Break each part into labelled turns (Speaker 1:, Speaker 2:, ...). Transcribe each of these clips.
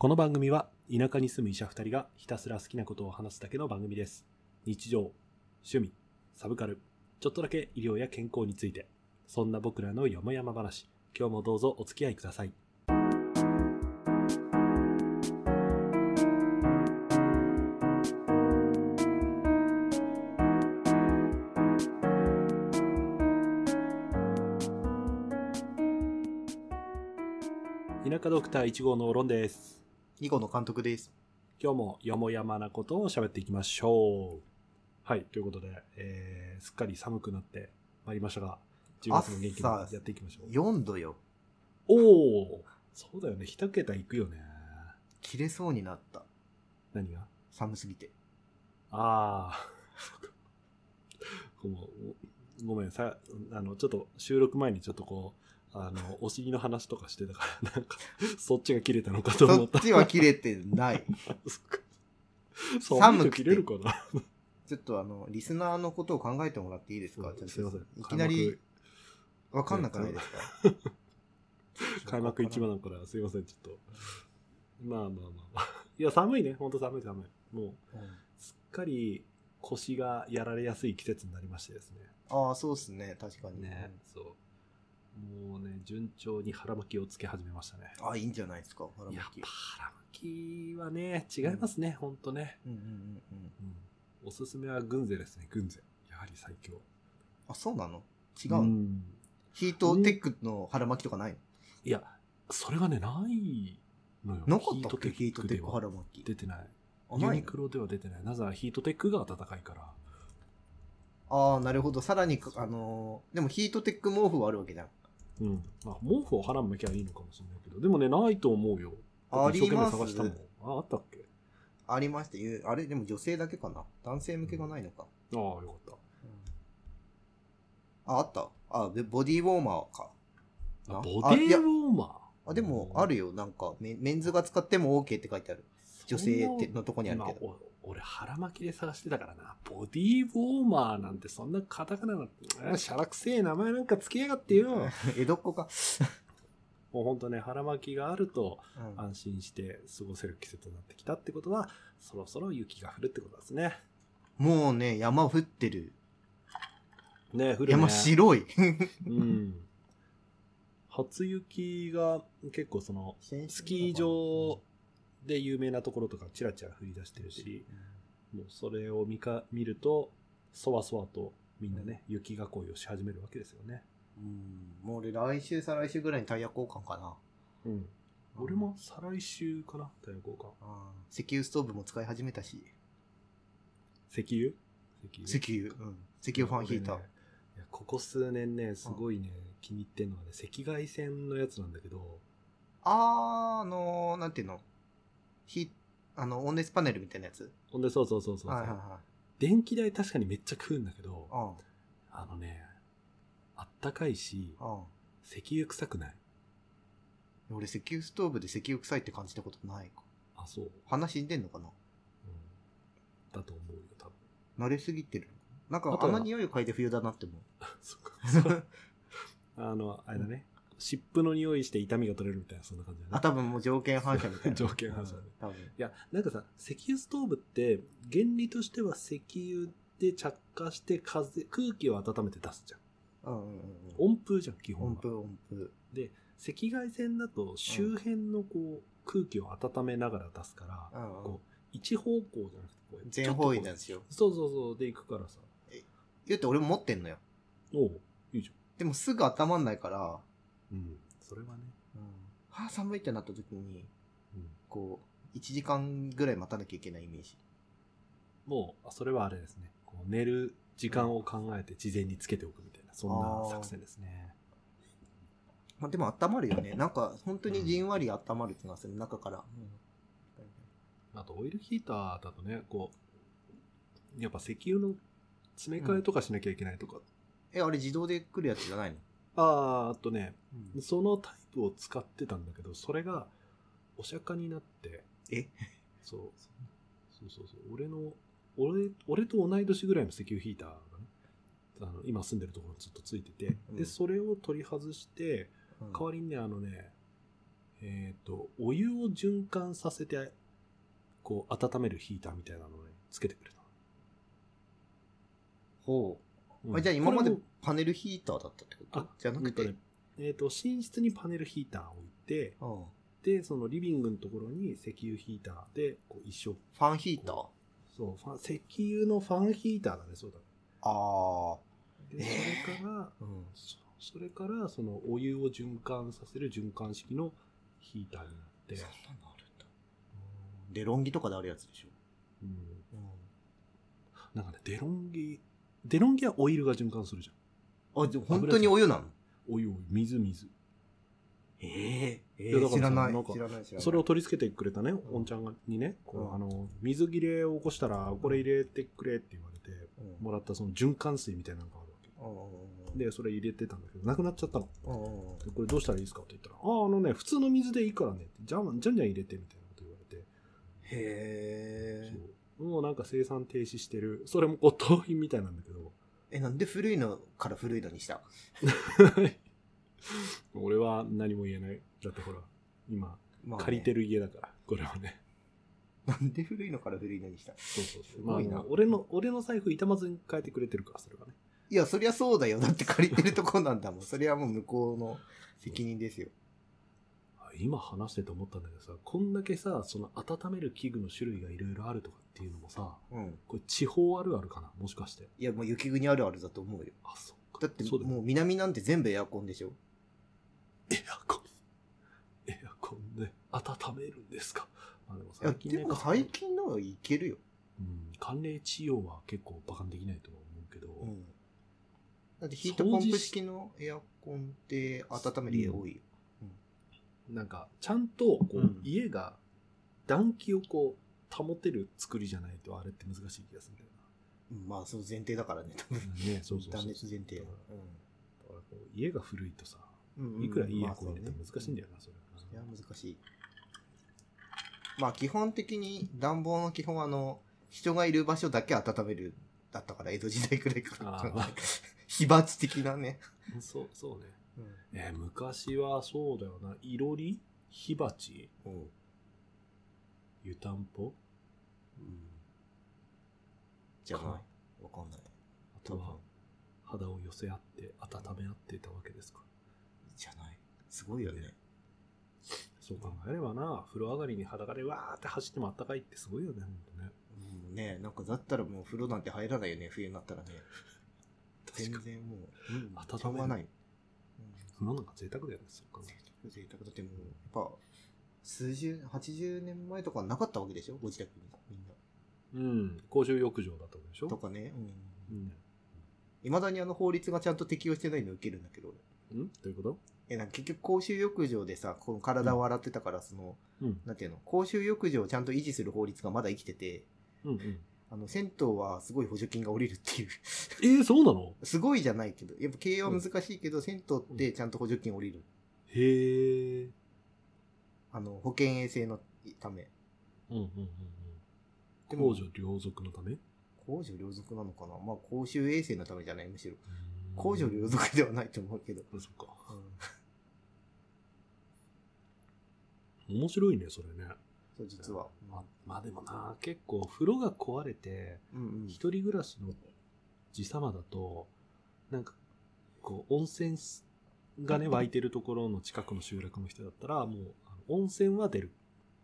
Speaker 1: この番組は田舎に住む医者2人がひたすら好きなことを話すだけの番組です。日常、趣味、サブカル、ちょっとだけ医療や健康について、そんな僕らのよもやま話、今日もどうぞお付き合いください。田舎ドクター1号のロンです。
Speaker 2: 囲碁の監督です。
Speaker 1: 今日もよもやまなことを喋っていきましょう。はい、ということで、えー、すっかり寒くなってまいりましたが、10月も元気にや
Speaker 2: 朝
Speaker 1: っていきましょう。
Speaker 2: 4度よ。
Speaker 1: おおそうだよね、一桁いくよね。
Speaker 2: 切れそうになった。
Speaker 1: 何が
Speaker 2: 寒すぎて。
Speaker 1: ああ、 そうか。もうごめん、さ、あの、ちょっと収録前にちょっとこう、あの、お尻の話とかしてたから、なんか、 そっちが切れたのかと
Speaker 2: そ
Speaker 1: 思っ。
Speaker 2: ったちは切れてない。
Speaker 1: そっかそんな
Speaker 2: 寒
Speaker 1: の
Speaker 2: くて
Speaker 1: 切れるかな
Speaker 2: ちょっとあの、リスナーのことを考えてもらっていいですかちょっと
Speaker 1: すいません。
Speaker 2: いきなりわかんなくないですか
Speaker 1: 開幕、開幕一番。だから、すいません、ちょっと。まあまあまあ。いや、寒いね。ほんと寒い寒い。もう、
Speaker 2: うん
Speaker 1: すっかり腰がやられやすい季節になりましてですね。
Speaker 2: ああ、そうっすね。確かに。
Speaker 1: ね、そう。もうね、順調に腹巻きをつけ始めましたね。
Speaker 2: ああ、いいんじゃないですか腹
Speaker 1: やっ
Speaker 2: 巻き
Speaker 1: ぱ。腹巻きはね、違いますね、ほんとね、
Speaker 2: うんうんうんうん。
Speaker 1: うん。おすすめは軍勢ですね、軍勢。やはり最強。
Speaker 2: あ、そうなの違うの、
Speaker 1: ん。
Speaker 2: ヒートテックの腹巻きとかない
Speaker 1: いや、それがね、ないのよ。
Speaker 2: のなかったっけ
Speaker 1: ヒ
Speaker 2: ヒ
Speaker 1: ー
Speaker 2: ート
Speaker 1: ト
Speaker 2: テ
Speaker 1: テ
Speaker 2: ッ
Speaker 1: ッ
Speaker 2: ク
Speaker 1: ク
Speaker 2: 腹巻き
Speaker 1: 出。てない。
Speaker 2: あ、
Speaker 1: ユ
Speaker 2: ない
Speaker 1: ニ
Speaker 2: の
Speaker 1: クロでは出てない。なぜならヒートテックが暖かいから。
Speaker 2: ああ、なるほど。さらにか、あのーでもヒートテック毛布はあるわけじゃん。
Speaker 1: うん。まあ、毛布を腹巻きゃいいのかもしれないけど。でもね、ないと思うよ。
Speaker 2: あ
Speaker 1: 一生
Speaker 2: り
Speaker 1: 懸命
Speaker 2: ます
Speaker 1: 探したもん。あ、あったっけ
Speaker 2: ありましたゆあれでも女性だけかな男性向けがないのか、
Speaker 1: ああ、よかっ
Speaker 2: ああったあでボディーウォーマーか
Speaker 1: た。
Speaker 2: な
Speaker 1: あ
Speaker 2: あ
Speaker 1: ボデ
Speaker 2: い
Speaker 1: ィ
Speaker 2: や
Speaker 1: ーウォーマー。
Speaker 2: あでもあるよなんかメメンズが使っても OK って書いてある女性ってのとこにあるけど
Speaker 1: まあお俺腹巻きで探してたからなボディーウォーマーなんてそんなカタカナなあしゃらくせえ名前なんかつけやがってよ もう
Speaker 2: 江戸っ子か、
Speaker 1: ほんとね腹巻きがあると
Speaker 2: うん
Speaker 1: 安心して過ごせる季節になってきたってことはそろそろ雪が降るってことですね
Speaker 2: もうね山降ってる
Speaker 1: ね降るね
Speaker 2: 山白い
Speaker 1: うん初雪が結構そのスキー場で有名なところとかチラチラ降り出してるしもうそれを見か見るとそわそわとみんなね、雪囲いをし始めるわけですよね、
Speaker 2: うんもう俺来週再来週ぐらいにタイヤ交換かな
Speaker 1: うん、俺も再来週かな太陽交換
Speaker 2: うん石油ストーブも使い始めたし
Speaker 1: 石油石
Speaker 2: 石油、うん、石油ファンヒーター、
Speaker 1: 俺ねいやここ数年ねすごいね、気に入ってんのがね赤外線のやつなんだけど
Speaker 2: あーあのー、なんていうのひあの、温熱パネルみたいなやつ
Speaker 1: ほんでそうそうそうそうそう、
Speaker 2: はいはいは
Speaker 1: 電気代確かにめっちゃ食うんだけどあ
Speaker 2: い。
Speaker 1: のねあったかいし
Speaker 2: うん。うん。
Speaker 1: 石油臭くない
Speaker 2: 俺、石油ストーブで石油臭いって感じたことないか。
Speaker 1: あそう、うん、
Speaker 2: 鼻死んでんのかな
Speaker 1: だと思うよ多分
Speaker 2: 慣れすぎてる。なんか
Speaker 1: あ、と
Speaker 2: あ
Speaker 1: は
Speaker 2: の匂いを嗅いで冬だなって思う。
Speaker 1: そうかあの、あれだね。湿布の匂いして痛みが取れるみたいな、そんな感じだ
Speaker 2: あ、
Speaker 1: ね。
Speaker 2: 多分もう条件反射みたい な。
Speaker 1: 条件反射
Speaker 2: うん多分。
Speaker 1: いや、なんかさ、石油ストーブって、原理としては石油で着火して風、空気を温めて出すじゃん。
Speaker 2: うんうんうん。
Speaker 1: 温風じゃん、基本
Speaker 2: 音
Speaker 1: は。
Speaker 2: 符音符。
Speaker 1: 赤外線だと周辺のこう、空気を温めながら出すか
Speaker 2: う
Speaker 1: ら、
Speaker 2: んうん
Speaker 1: こ。う、一方向じゃなくて、こう、
Speaker 2: 全方位なん
Speaker 1: ち
Speaker 2: ですよ
Speaker 1: ょ。っとこうそうそうそう、で行くからさ。
Speaker 2: だって俺も持ってんのよ。
Speaker 1: おう、いいじ
Speaker 2: でもすぐ温まんないから、
Speaker 1: ゃん。うん。それはね。
Speaker 2: うん、はあ、寒いってなった時に、
Speaker 1: うん。
Speaker 2: こう、1時間ぐらい待たなきゃいけないイメージ。
Speaker 1: もう、あそれはあれですね。こう寝る時間を考えて事前につけておくみたいな、そんな作戦ですね。
Speaker 2: まあ、でも温まるよね。なんか、本当にじんわり温まる気がする、中から。
Speaker 1: あと、オイルヒーターだとね、こう、やっぱ石油の詰め替えとかしなきゃいけないとか。
Speaker 2: え、あれ自動で来るやつじゃないの、
Speaker 1: ああ、あとね、そのタイプを使ってたんだけど、それが、お釈迦になって、
Speaker 2: え
Speaker 1: そう、そうそうそう、俺の、俺、俺と同い年ぐらいの石油ヒーターがね、あの今住んでるところにずっとついてて、
Speaker 2: うん
Speaker 1: で、それを取り外して、
Speaker 2: うん
Speaker 1: 代わりにね、あのね、えっ、と、お湯を循環させて、こう、温めるヒーターみたいなのをね、つけてくれた。
Speaker 2: ほ
Speaker 1: うん
Speaker 2: あじゃあ今まで
Speaker 1: これも
Speaker 2: パネルヒーターだったってこと
Speaker 1: あ
Speaker 2: じゃなくて。
Speaker 1: うんとねえっ、と、寝室にパネルヒーターを置いて、
Speaker 2: うん
Speaker 1: で、そのリビングのところに石油ヒーターで、こう、一緒。
Speaker 2: ファンヒーター
Speaker 1: そう、ファン、石油のファンヒーターだね、そうだね。
Speaker 2: ああ。
Speaker 1: で、それから、
Speaker 2: うん。
Speaker 1: そそれから、そのお湯を循環させる循環式のヒーターになって、
Speaker 2: そんなのあるんだ。デロンギとかであるやつでしょ。
Speaker 1: うん、
Speaker 2: う
Speaker 1: なんかね、デロンギ、デロンギはオイルが循環するじゃん。
Speaker 2: ん、あ、でも本当にお湯なの
Speaker 1: お湯、お湯、水、水。
Speaker 2: ええ
Speaker 1: いやだから
Speaker 2: 知らない。
Speaker 1: なんか
Speaker 2: 知らない、知らない。
Speaker 1: それを取り付けてくれたね、
Speaker 2: ん
Speaker 1: おんちゃんがにね、こう
Speaker 2: うん
Speaker 1: あの、水切れを起こしたら、これ入れてくれって言われて、
Speaker 2: うん
Speaker 1: もらったその循環水みたいなのがあるわけ。
Speaker 2: うん
Speaker 1: で、それ入れてたんだけど、なくなっちゃったの。
Speaker 2: うんうんうん
Speaker 1: でこれどうしたらいいですかって言ったら、ああ、あのね、普通の水でいいからねって、じゃんじゃんじゃん入れてみたいなこと言われて、
Speaker 2: へえ。
Speaker 1: そうもうなんか生産停止してる。それもこう、盗品みたいなんだけど、
Speaker 2: え、なんで古いのから古いのにした
Speaker 1: 俺は何も言えない。だってほら、今、
Speaker 2: まあね
Speaker 1: 借りてる家だから、これはね。
Speaker 2: なんで古いのから古いのにした
Speaker 1: そうそうそう。
Speaker 2: ごいな
Speaker 1: まあ、俺の、俺の財布、痛まずに変えてくれてるから、それはね。
Speaker 2: いや、そりゃそうだよ。だって借りてるとこなんだもん。それはもう向こうの責任ですよ。
Speaker 1: あ今話してて思ったんだけどさ、こんだけさ、その温める器具の種類がいろいろあるとかっていうのもさ、
Speaker 2: うん。
Speaker 1: これ地方あるあるかなもしかして。
Speaker 2: いや、もう雪国あるあるだと思うよ。
Speaker 1: あ、そうか。
Speaker 2: だって
Speaker 1: そうだよね
Speaker 2: もう南なんて全部エアコンでしょ。
Speaker 1: エアコン。エアコンで温めるんですか。まあでも
Speaker 2: い
Speaker 1: 最
Speaker 2: や、
Speaker 1: 近
Speaker 2: で
Speaker 1: ね、
Speaker 2: も最近のはいけるよ。
Speaker 1: うん、寒冷治療は結構馬鹿にできないとは思うけど、
Speaker 2: うん。だってヒートポンプ式のエアコンって温める家多いよ。
Speaker 1: なんかちゃんとこう、
Speaker 2: うん
Speaker 1: 家が暖気をこう保てる作りじゃないとあれって難しい気がするんだよ
Speaker 2: うん、まあ、その前提だからね、多分。
Speaker 1: な。ね、そうそうそう
Speaker 2: 断熱前提
Speaker 1: だ
Speaker 2: だ
Speaker 1: か
Speaker 2: から
Speaker 1: らこう家が古いとさ、
Speaker 2: うんうん
Speaker 1: いくらいいエアコン入れても難しいんだ
Speaker 2: よ。
Speaker 1: よな、それ
Speaker 2: い
Speaker 1: は
Speaker 2: や、
Speaker 1: な。
Speaker 2: 難しい。まあ、基本的に暖房の基本は、あの、人がいる場所だけ温める、だったから、江戸時代くらいから
Speaker 1: あーま あ。
Speaker 2: 非罰的なね。
Speaker 1: そう、そうね。えー昔はそうだよな。いろり火鉢
Speaker 2: うん。
Speaker 1: 湯たんぽ
Speaker 2: じゃない
Speaker 1: か
Speaker 2: わかんない。
Speaker 1: あとは肌を寄せ合って温め合っていたわけですか
Speaker 2: じゃない。すごいよね。
Speaker 1: そう考えればな風呂上がりに裸でわーって走ってもあったかいってすごいよねほんとね
Speaker 2: うん、ねなんかだったらもう風呂なんて入らないよね、冬になったらね。
Speaker 1: 確
Speaker 2: 全
Speaker 1: かに
Speaker 2: 然も
Speaker 1: 温
Speaker 2: う、
Speaker 1: める
Speaker 2: しょうがない。
Speaker 1: 風呂なんか贅沢だよねそう考え
Speaker 2: 贅
Speaker 1: る
Speaker 2: 沢贅沢だってもう、やっぱ、数十、80年前とかなかったわけでしょご自宅に、みんな。
Speaker 1: とうん公衆浴場だったわけでし
Speaker 2: と
Speaker 1: ょ
Speaker 2: かね。
Speaker 1: う
Speaker 2: うん。
Speaker 1: ん
Speaker 2: いまだにあの法律がちゃんと適用してないの受けるんだけど、俺
Speaker 1: うんどういうこと
Speaker 2: え、なんか結局公衆浴場でさ、この体を洗ってたから、その、
Speaker 1: うん
Speaker 2: なんていうの、公衆浴場をちゃんと維持する法律がまだ生きてて、
Speaker 1: うんうん
Speaker 2: あの、銭湯はすごい補助金が下りるっていう。
Speaker 1: えー、そうなの
Speaker 2: すごいじゃないけど、やっぱ経営は難しいけど、銭湯ってちゃんと補助金下りる。
Speaker 1: へえ
Speaker 2: あの、保険衛生のため。
Speaker 1: うんうんうんう
Speaker 2: で
Speaker 1: ん
Speaker 2: も
Speaker 1: 公序良俗のため
Speaker 2: 公序良俗なのかなまあ、公衆衛生のためじゃない、むしろ。公序良俗ではないと思うけど。
Speaker 1: 俗そっか面白いねそれね
Speaker 2: そう、実は。
Speaker 1: ままあでもな結構風呂が壊れて
Speaker 2: うんうん。
Speaker 1: 一人暮らしの爺様だと、なんか、こう、温泉がね、湧いてるところの近くの集落の人だったら、もう、あの温泉は出る。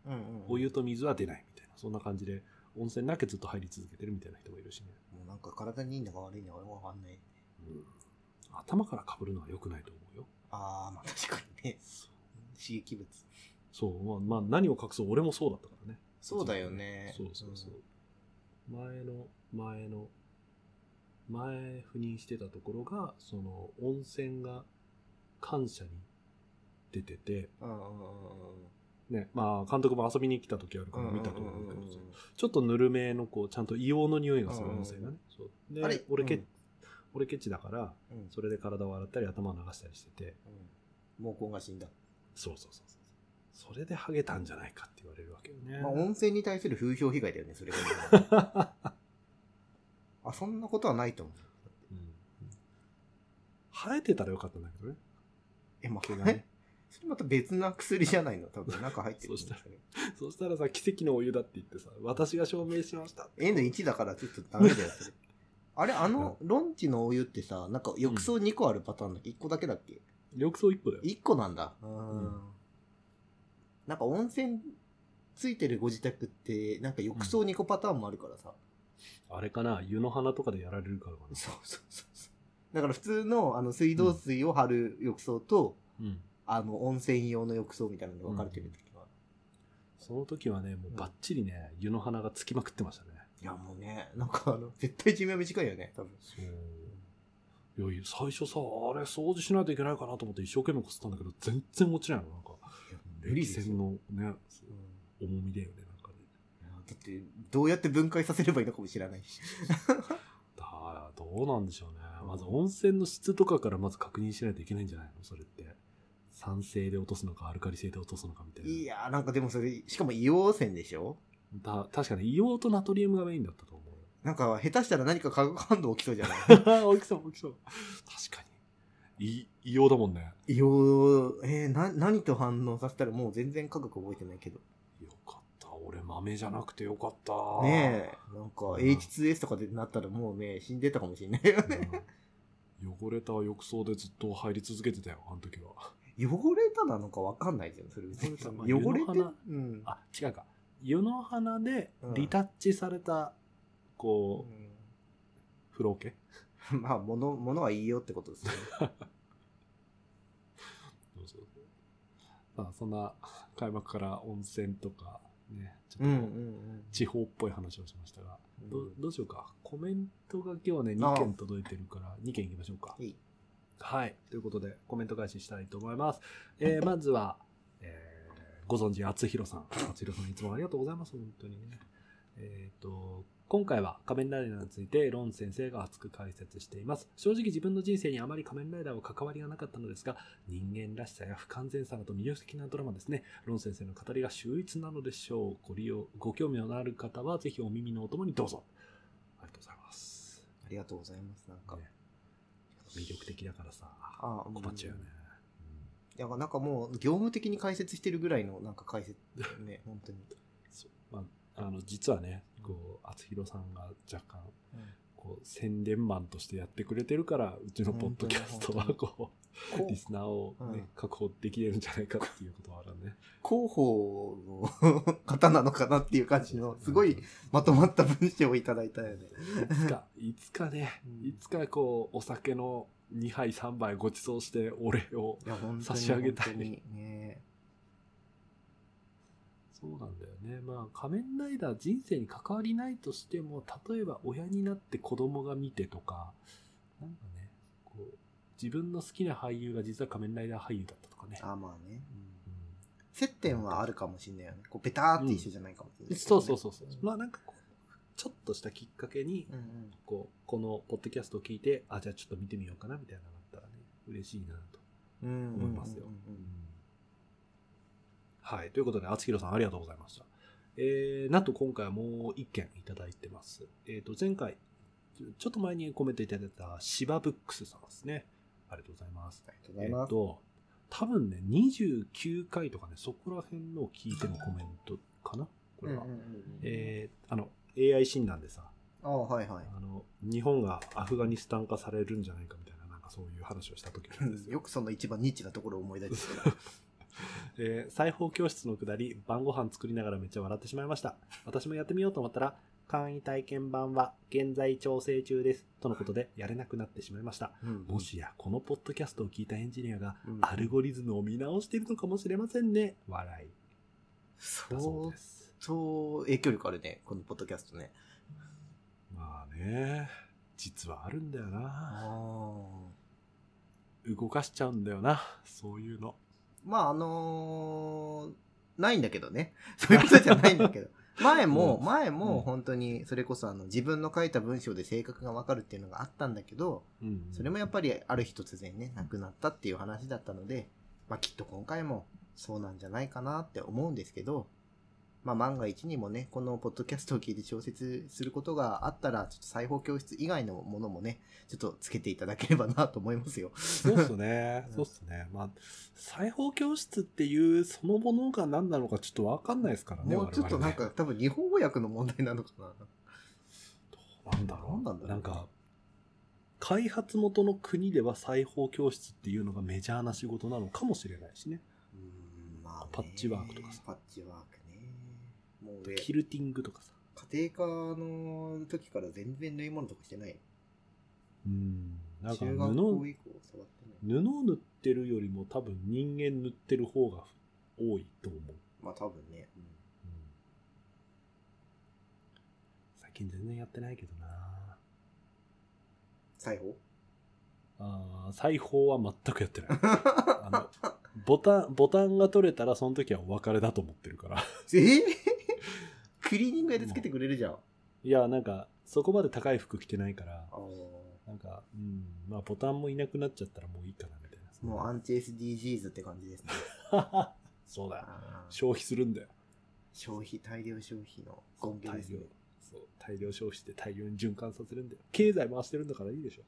Speaker 2: うんうん。
Speaker 1: お湯と水は出ないみたいな、そんな感じで、温泉だけずっと入り続けてるみたいな人もいるしね。
Speaker 2: もうなんか体にいいのか悪いのか俺もわかんない。
Speaker 1: 頭から被るのは良くないと思うよ。
Speaker 2: あー、まあ確かにね。刺激物。
Speaker 1: そう、まあ、まあ、何を隠そう、俺もそうだったからね。
Speaker 2: そうだよね。
Speaker 1: そうそうそう。前の、前の、前赴任してたところが、その、温泉が感謝に出てて、
Speaker 2: うん。うんうんうんうん。
Speaker 1: ね、まあ、監督も遊びに来た時あるから見たと思うけど、ちょっとぬるめの、こう、ちゃんと硫黄の匂いがする温泉がね。そうで
Speaker 2: あれ
Speaker 1: 俺け、
Speaker 2: うん
Speaker 1: 俺ケチだから、
Speaker 2: うん
Speaker 1: それで体を洗ったり頭を流したりしてて、
Speaker 2: うん毛根が死んだ。
Speaker 1: そうそうそうそう。それでハゲたんじゃないかって言われるわけよね。
Speaker 2: まあ、温泉に対する風評被害だよね、それが。 あ、そんなことはないと思う。
Speaker 1: うん生えてたらよかったんだけどね。
Speaker 2: え、ま
Speaker 1: 毛が
Speaker 2: あ、
Speaker 1: ね
Speaker 2: ね、それまた別な薬じゃないの多分、中入ってる
Speaker 1: そうしたらそしたらさ、奇跡のお湯だって言ってさ、私が証明しました。
Speaker 2: N1 だからちょっとダメだよ、 それ。あれ、あの、ロンチのお湯ってさ、なんか浴槽2個あるパターンだっけ ?1 個だけだっけ
Speaker 1: 浴槽一歩だよ。
Speaker 2: ?1 個なんだ。うー。
Speaker 1: うん
Speaker 2: なんか温泉ついてるご自宅って、なんか浴槽2個パターンもあるからさ。
Speaker 1: あれかな湯の花とかでやられるからかな。
Speaker 2: そうそうそうそう。だから普通のあの水道水を張る浴槽と、
Speaker 1: うん。
Speaker 2: あの温泉用の浴槽みたいなので分かれてる時は、
Speaker 1: その時はね、もうバッチリね、湯の花がつきまくってましたね。
Speaker 2: いやもうね、なんかあの、絶対寿命短いよね、多分。
Speaker 1: そう。いや、最初さ、あれ掃除しないといけないかなと思って一生懸命こすったんだけど、全然落ちないの。なんか、
Speaker 2: 無理
Speaker 1: 歴
Speaker 2: ですよ
Speaker 1: 戦のね、
Speaker 2: うん
Speaker 1: 重みだよね、なんかね。
Speaker 2: いやだって、どうやって分解させればいいのかも知らないし。
Speaker 1: だからどうなんでしょうね。まず温泉の質とかからまず確認しないといけないんじゃないのそれって。酸性で落とすのか、アルカリ性で落とすのかみたいな。
Speaker 2: いやー、なんかでもそれ、しかも硫黄泉でしょ
Speaker 1: だ確かに硫黄とナトリウムがメインだったと思う。
Speaker 2: なんか、下手したら何か化学反応起きそうじ ゃない
Speaker 1: 大きそう、大きそう。確かに。い、硫黄だもんね。
Speaker 2: 硫黄、えー、な、何と反応させたらもう全然科学覚えてないけど。
Speaker 1: よかった。俺、豆じゃなくてよかった。
Speaker 2: ねえ、なんか
Speaker 1: うん
Speaker 2: H2S とかでなったらもうね、死んでたかもしれないよ ね。
Speaker 1: うん汚れた浴槽でずっと入り続けてたよ、あの時は。
Speaker 2: 汚れたなのか分かんないじゃん、それ別
Speaker 1: 汚
Speaker 2: に
Speaker 1: れた。まあ
Speaker 2: 汚れ
Speaker 1: 湯の
Speaker 2: て
Speaker 1: 花
Speaker 2: うん。
Speaker 1: あ、違うか。湯の花で
Speaker 2: うん
Speaker 1: リタッチされた、
Speaker 2: う
Speaker 1: こう、
Speaker 2: ん
Speaker 1: 風呂桶
Speaker 2: まあ、もの、ものはいいよってことですね。
Speaker 1: そうそうまあ、そんな開幕から温泉とか、ね、ち
Speaker 2: うんう
Speaker 1: ょ
Speaker 2: ん
Speaker 1: っと 地方っぽい話をしましたが、
Speaker 2: うん。
Speaker 1: どどうしようか。コメントが今日ね、
Speaker 2: あ
Speaker 1: 2
Speaker 2: あ
Speaker 1: 件届いてるから、2件いきましょうか。
Speaker 2: はい
Speaker 1: はい。ということで、コメント返ししたいと思います。えーまずは、えーご存知、厚弘さん。厚弘さん、いつもありがとうございます。本当にね。えっ、と、今回は仮面ライダーについて、ロン先生が熱く解説しています。正直自分の人生にあまり仮面ライダーは関わりがなかったのですが、人間らしさや不完全さなど魅力的なドラマですね。ロン先生の語りが秀逸なのでしょう。ご利用、ご興味のある方は、ぜひお耳のお供にどうぞ。ありがとうございます。
Speaker 2: ありがとうございます。なんか
Speaker 1: ね、魅力的だからさ、
Speaker 2: ああ、
Speaker 1: 困っちゃうよね。
Speaker 2: いや、なんかもう、業務的に解説してるぐらいの、なんか解説、 ね、本当に。
Speaker 1: そうまあ、あの実はね、こう、厚弘さんが若干、こう、宣伝マンとしてやってくれてるから、うちのポッドキャストは、
Speaker 2: 本
Speaker 1: こ
Speaker 2: こ
Speaker 1: う、リスナーを、ね
Speaker 2: うん
Speaker 1: 確保できれるんじゃないかっていうことはあるね。
Speaker 2: 広報の方なのかなっていう感じの、すごいまとまった文章をいただいたよね。
Speaker 1: うん、いつか、いつかね
Speaker 2: う、ん
Speaker 1: いつかこう、お酒の2杯3杯ご馳走して、お礼を。
Speaker 2: いや、本当に。
Speaker 1: 差し上げたい
Speaker 2: 本当にね
Speaker 1: そうなんだよね。まあ、仮面ライダー人生に関わりないとしても、例えば親になって子供が見てとか、なんかね、こう、自分の好きな俳優が実は仮面ライダー俳優だったとかね。
Speaker 2: あ、まあね。うん
Speaker 1: う
Speaker 2: 接点はあるかもしれないよね。こう、ベターって一緒じゃないかもしれない、
Speaker 1: ん、そうそう
Speaker 2: そ
Speaker 1: そうそう。まあなんかこう、ちょっとしたきっかけに、
Speaker 2: うんうん。
Speaker 1: こう、このポッドキャストを聞いて、あ、じゃあちょっと見てみようかなみたいなのがあったらね、嬉しいなと。
Speaker 2: うん
Speaker 1: 思いますよ
Speaker 2: うんうんうん
Speaker 1: はい。ということで、厚弘さんありがとうございました。えー、なんと今回はもう一件いただいてます。えっ、と、前回、ちょちょっと前にコメントいただいた芝ブックスさんですね。ありがとうございます。
Speaker 2: ありがとうございます。
Speaker 1: えっ、と、多分ね、29回とかね、そこら辺のを聞いてのコメントかなこれは。
Speaker 2: うんうんうん
Speaker 1: えー、あの、AI 診断でさ、
Speaker 2: ああ、はいはい。
Speaker 1: あの、日本がアフガニスタン化されるんじゃないかみたいな、なんかそういう話をした時なんですよ。
Speaker 2: よくその一番ニッチなところを思い出してた。
Speaker 1: えー裁縫教室のくだり、晩ご飯作りながらめっちゃ笑ってしまいました。私もやってみようと思ったら、簡易体験版は現在調整中です。とのことで、やれなくなってしまいました。
Speaker 2: うん
Speaker 1: もしや、このポッドキャストを聞いたエンジニアが、
Speaker 2: うん
Speaker 1: アルゴリズムを見直しているのかもしれませんね。笑い。だそう
Speaker 2: 相
Speaker 1: です。
Speaker 2: 当影響力あるね、このポッドキャストね。
Speaker 1: まあね、実はあるんだよな。
Speaker 2: あ
Speaker 1: 動かしちゃうんだよな。そういうの。
Speaker 2: まああのーないんだけどね。 そういうことじゃないんだけど。前も、
Speaker 1: うん
Speaker 2: 前
Speaker 1: うん
Speaker 2: も本当に、それこそあの自分の書いた文章で性格がわかるっていうのがあったんだけど、
Speaker 1: うん
Speaker 2: それもやっぱりある日突然ね、亡くなったっていう話だったので、まあきっと今回もそうなんじゃないかなって思うんですけど、まあ、万が一にもね、このポッドキャストを聞いて調節することがあったら、ちょっと裁縫教室以外のものもね、ちょっとつけていただければなと思いますよ。
Speaker 1: そうっすね。そうっすね。まあ、裁縫教室っていうそのものが何なのかちょっとわかんないですからね。
Speaker 2: もうちょっとなんか、多分日本語訳の問題なのかな。
Speaker 1: 我々ね、なんだろう。
Speaker 2: なんなんだろう
Speaker 1: なんか、開発元の国では裁縫教室っていうのがメジャーな仕事なのかもしれないしね。
Speaker 2: うん、まあ、
Speaker 1: パッチワークとかさ
Speaker 2: パッチワークね。もう俺、
Speaker 1: キルティングとかさ。
Speaker 2: 家庭科の時から全然縫い物とかしてない。
Speaker 1: うん。なんか
Speaker 2: 中
Speaker 1: 布、
Speaker 2: 学校以降触ってない。
Speaker 1: 布を塗ってるよりも多分人間塗ってる方が多いと思う。
Speaker 2: まあ多分ね。うん
Speaker 1: うん最近全然やってないけどな
Speaker 2: 裁縫
Speaker 1: あー裁縫は全くやってないあのボタンボタンが取れたらその時はお別れだと思ってるから
Speaker 2: えークリーニング屋でつけてくれるじゃん。あ
Speaker 1: いやなんかそこまで高い服着てないから
Speaker 2: あー。
Speaker 1: なんか、うん、まあボタンもいなくなっちゃったらもういいかなみたいな
Speaker 2: もうアンチ SDGs って感 じですね。
Speaker 1: そうだ
Speaker 2: あー
Speaker 1: 消費するんだよ
Speaker 2: 消費、大量消費の根源
Speaker 1: 大
Speaker 2: です
Speaker 1: 量
Speaker 2: ね。
Speaker 1: そう大量消費して大量に循環させるんだよ経済回してるんだからいいで しょ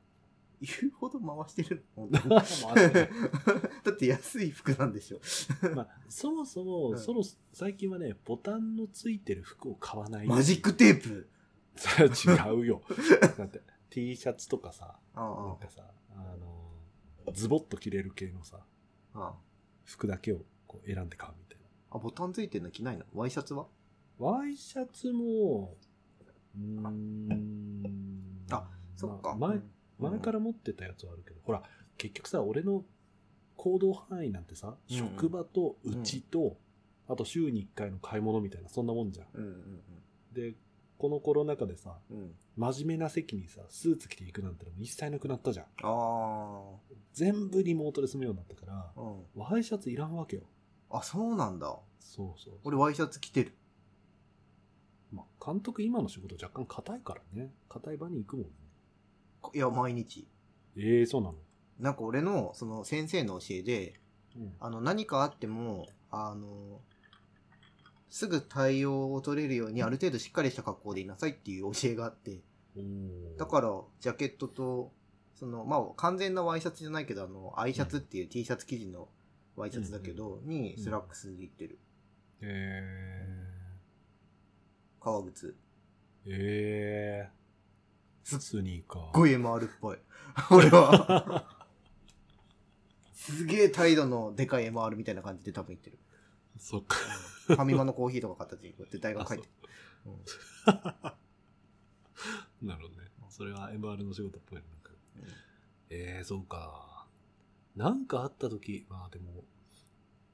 Speaker 2: 言うほど回して るの
Speaker 1: 回してない
Speaker 2: だって安い服なんでしょ。
Speaker 1: まあ、そもそも、
Speaker 2: うん
Speaker 1: そろ最近はねボタンのついてる服を買わない
Speaker 2: マジックテープ
Speaker 1: それは違うよだって T シャツとかさな
Speaker 2: あ
Speaker 1: んかさあのズボッと着れる系のさ
Speaker 2: あ、あ
Speaker 1: 服だけをこう選んで買うみたい
Speaker 2: あ。あ、ボタンついてるの着ないのワイシャツは
Speaker 1: なワイシャツもうーん
Speaker 2: あそっか。
Speaker 1: まあ
Speaker 2: う
Speaker 1: 前
Speaker 2: ん
Speaker 1: 前から持ってたやつはあるけど、ほら結局さ俺の行動範囲なんてさ、
Speaker 2: うんうん
Speaker 1: 職場とうちと、あと週に1回の買い物みたいなそんなもんじゃん
Speaker 2: うんうん
Speaker 1: でこのコロナ禍でさ
Speaker 2: うん。うん。
Speaker 1: 真面目な席にさスーツ着ていくなんてのも一切なくなったじゃん
Speaker 2: あ
Speaker 1: 全部リモートで済むようになったから
Speaker 2: あ。うん。
Speaker 1: ワイシャツいらんわけよ
Speaker 2: あ、そうなんだ。
Speaker 1: そうそう、
Speaker 2: 俺ワイシャツ着てる。
Speaker 1: まあ、監督今の仕事若干硬いからね硬い場に行くもんね
Speaker 2: いや、毎日。
Speaker 1: ええそうなの、
Speaker 2: なんか俺の、その先生の教えで、
Speaker 1: うん、
Speaker 2: あの、何かあっても、あの、すぐ対応を取れるように、ある程度しっかりした格好でいなさいっていう教えがあって、だ
Speaker 1: ら
Speaker 2: から、ジャケットと、その、まあ、完全なワイシャツじゃないけど、あの、アイシャツっていう T シャツ生地のワイシャツだけど、にスラックスでいってる。
Speaker 1: え
Speaker 2: 革靴。
Speaker 1: ー、え
Speaker 2: す
Speaker 1: ー、スニーカー
Speaker 2: すっごい MR っぽい。 俺は。すげえ態度のでかい MR みたいな感じで多分言ってる。
Speaker 1: そっか
Speaker 2: ファミマのコーヒーとか買った時にこうやって大学入って。うん
Speaker 1: なるほどねそれは MR の仕事っぽいのなんか
Speaker 2: うん
Speaker 1: ええそうか。なんかあった時、まあでも、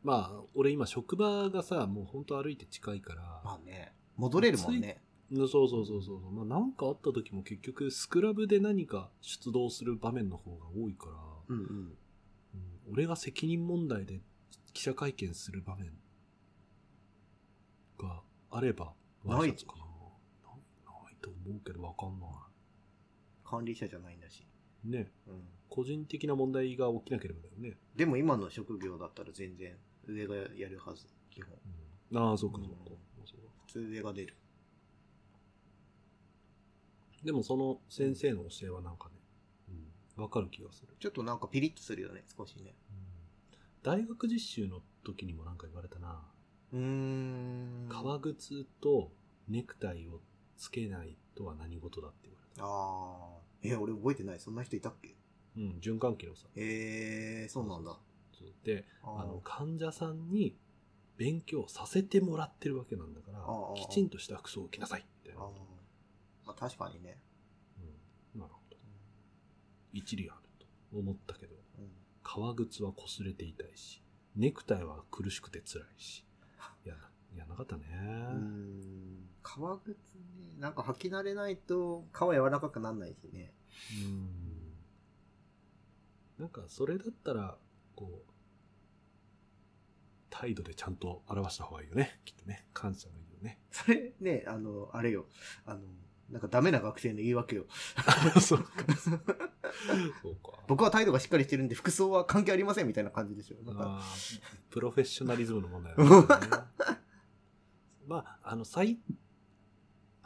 Speaker 1: まあ、俺今職場がさ、もうほんと歩いて近いから、
Speaker 2: まあね、戻れるもんね。
Speaker 1: うんそうそうそうそう、まあなんかあった時も結局、スクラブで何か出動する場面の方が多いから、
Speaker 2: うんうん。
Speaker 1: うん俺が責任問題で記者会見する場面があれば、
Speaker 2: ない
Speaker 1: ワイシャツかな。ないないと思うけどわかんな
Speaker 2: 管理者じゃないんだし。
Speaker 1: い。ね、
Speaker 2: うん。
Speaker 1: 個人的な問題が起きなければだよね。
Speaker 2: でも今の職業だったら全然上がやるはず、基本。
Speaker 1: うん、ああ、そうかそうか。
Speaker 2: う
Speaker 1: そうか
Speaker 2: 普通上が出る。
Speaker 1: でもその先生の教えはなんかね、わ、かる気がする、
Speaker 2: ちょっとなんかピリッとするよね、少しね。
Speaker 1: 大学実習の時にもなんか言われたな。
Speaker 2: うーん。
Speaker 1: 革靴とネクタイをつけないとは何事だって言われた。
Speaker 2: あー。え、俺覚えてない。そんな人いたっけ
Speaker 1: うん、循環器のさ。
Speaker 2: えー、そうなんだ。
Speaker 1: そうで、
Speaker 2: あー
Speaker 1: あの、患者さんに勉強させてもらってるわけなんだから
Speaker 2: ああ、
Speaker 1: きちんとした服装を着なさいみたい
Speaker 2: あ
Speaker 1: な。
Speaker 2: ーまあ確かにね。
Speaker 1: うん、なるほど。一理あると思ったけど。
Speaker 2: うん
Speaker 1: 革靴は擦れて痛いし、ネクタイは苦しくて辛い し。いや、いやなかったね。
Speaker 2: うーん。革靴ね、なんか履き慣れないと皮柔らかくなんないしね。
Speaker 1: うん。なんか、それだったら、こう、態度でちゃんと表した方がいいよね。きっとね。感謝がいいよ ね。
Speaker 2: それね、あの、あれよ。あの、なんかダメな学生の言い訳よ。
Speaker 1: そうか。そうか。
Speaker 2: 僕は態度がしっかりしてるんで服装は関係ありませんみたいな感じでしょ。なんか
Speaker 1: あ ープロフェッショナリズムの問題なんですよね。まあ、あの、最、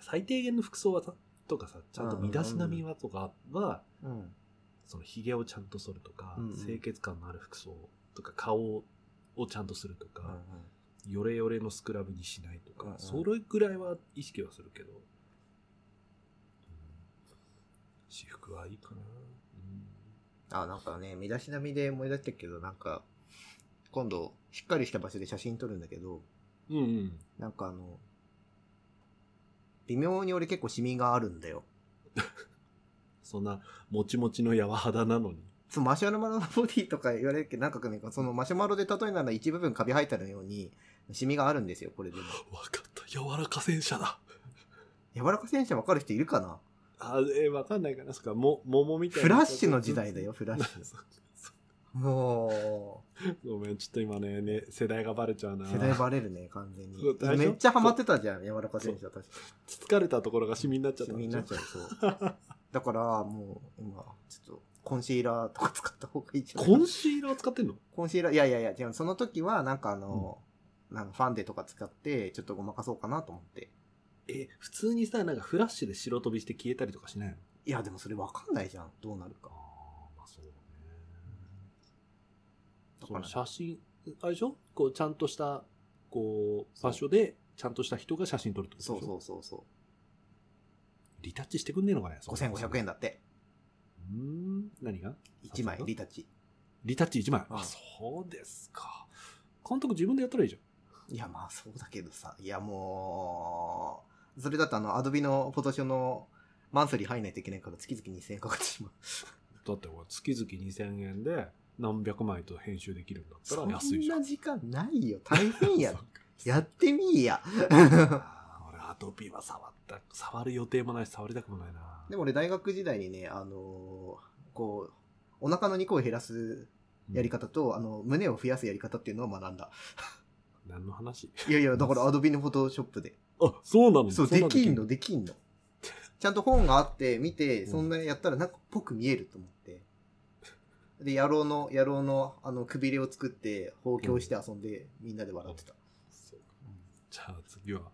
Speaker 1: 最低限の服装はさ、とかさ、ちゃんと身だしなみはとかは、
Speaker 2: うん。
Speaker 1: その髭をちゃんと剃るとか
Speaker 2: うんうん、
Speaker 1: 清潔感のある服装とか、顔をちゃんとするとか、ヨレヨレのスクラブにしないと
Speaker 2: うんう
Speaker 1: か
Speaker 2: ん、
Speaker 1: それぐらいは意識はするけど、うん私服はいいかな。
Speaker 2: あ、なんかね、身だしなみで思い出したけど、なんか、今度、しっかりした場所で写真撮るんだけど、
Speaker 1: うん。うんうん。
Speaker 2: なんかあの、微妙に俺結構シミがあるんだよ。
Speaker 1: そんな、もちもちの柔肌なのに。
Speaker 2: そうマシュマロのボディとか言われるけど、なんかね、そのマシュマロで例えなら一部分カビ生えたのように、シミがあるんですよ、これでも。
Speaker 1: わかった。柔らか戦車だ。
Speaker 2: 柔らか戦車わかる人いるかな
Speaker 1: あ、えーわかんないかな。そっか、も、桃みたいな。
Speaker 2: フラッシュの時代だよ、フラッシュ。
Speaker 1: そうそ
Speaker 2: も
Speaker 1: う ごめん、ちょっと今ねね、世代がバレちゃう
Speaker 2: う、
Speaker 1: な。
Speaker 2: 世代バレるね、完全に
Speaker 1: そう大丈。夫
Speaker 2: めっちゃハマってたじゃん、柔らか戦車、確か
Speaker 1: つつかれたところがシミになっちゃった。
Speaker 2: に。みんなちゃう、そう。 だから、もう、今、ちょっと、コンシーラーとか使った方がいいんじゃない
Speaker 1: コンシーラー使ってんの
Speaker 2: コンシーラー、いやいやいや、違う、その時は、なんかあの、なんかファンデとか使って、ちょっとごまかそうかなと思って。
Speaker 1: え、普通にさ、なんかフラッシュで白飛びして消えたりとかしないの
Speaker 2: いや、でもそれわかんないじゃん、どうなる
Speaker 1: あ。
Speaker 2: か
Speaker 1: あ、まあそうだね。
Speaker 2: だ
Speaker 1: そ
Speaker 2: から
Speaker 1: の写真、あれでしょこう、ちゃんとした、こう、場所で、ちゃんとした人が写真撮るってこと
Speaker 2: そ
Speaker 1: で
Speaker 2: う
Speaker 1: しょ
Speaker 2: そうそうそ
Speaker 1: リタッチしてくんねえのかね
Speaker 2: う。5500
Speaker 1: 円。
Speaker 2: 円だって。
Speaker 1: うーん、何が
Speaker 2: 1枚
Speaker 1: あ、そう
Speaker 2: リタッチ。
Speaker 1: リタッチ1枚。
Speaker 2: うん
Speaker 1: あ、そうですか。監督自分でやったらいいじゃん。
Speaker 2: いや、まあそうだけどさ。いや、もう、それだとあの、アドビのフォトショーのマンスリー入んないといけないから月々2000円かかってしまう。
Speaker 1: だって俺月々2000円で何百枚と編集できるんだったら安い
Speaker 2: ん
Speaker 1: じゃん。
Speaker 2: な時間ないよ。大変や
Speaker 1: そっ。
Speaker 2: やってみいや。
Speaker 1: か俺アドビは触った、触る予定もないし触りたくもないな。
Speaker 2: でも俺大学時代にね、あのーこう、お腹の肉を減らすやり方と、あの、胸を増やすやり方っていうのを学んだ。
Speaker 1: うん。何の話
Speaker 2: いやいや、だからアドビのフォトショップで。
Speaker 1: あ、そうなの
Speaker 2: そう、
Speaker 1: ん
Speaker 2: で
Speaker 1: な
Speaker 2: きんの、でき んの。ちゃんと本があって、見て、そんなにやったらなんかっぽく見えると思って。で、野郎の、野郎の、あの、くびれを作って、包協して遊んで、みんなで笑ってた。
Speaker 1: そうかじゃあ次は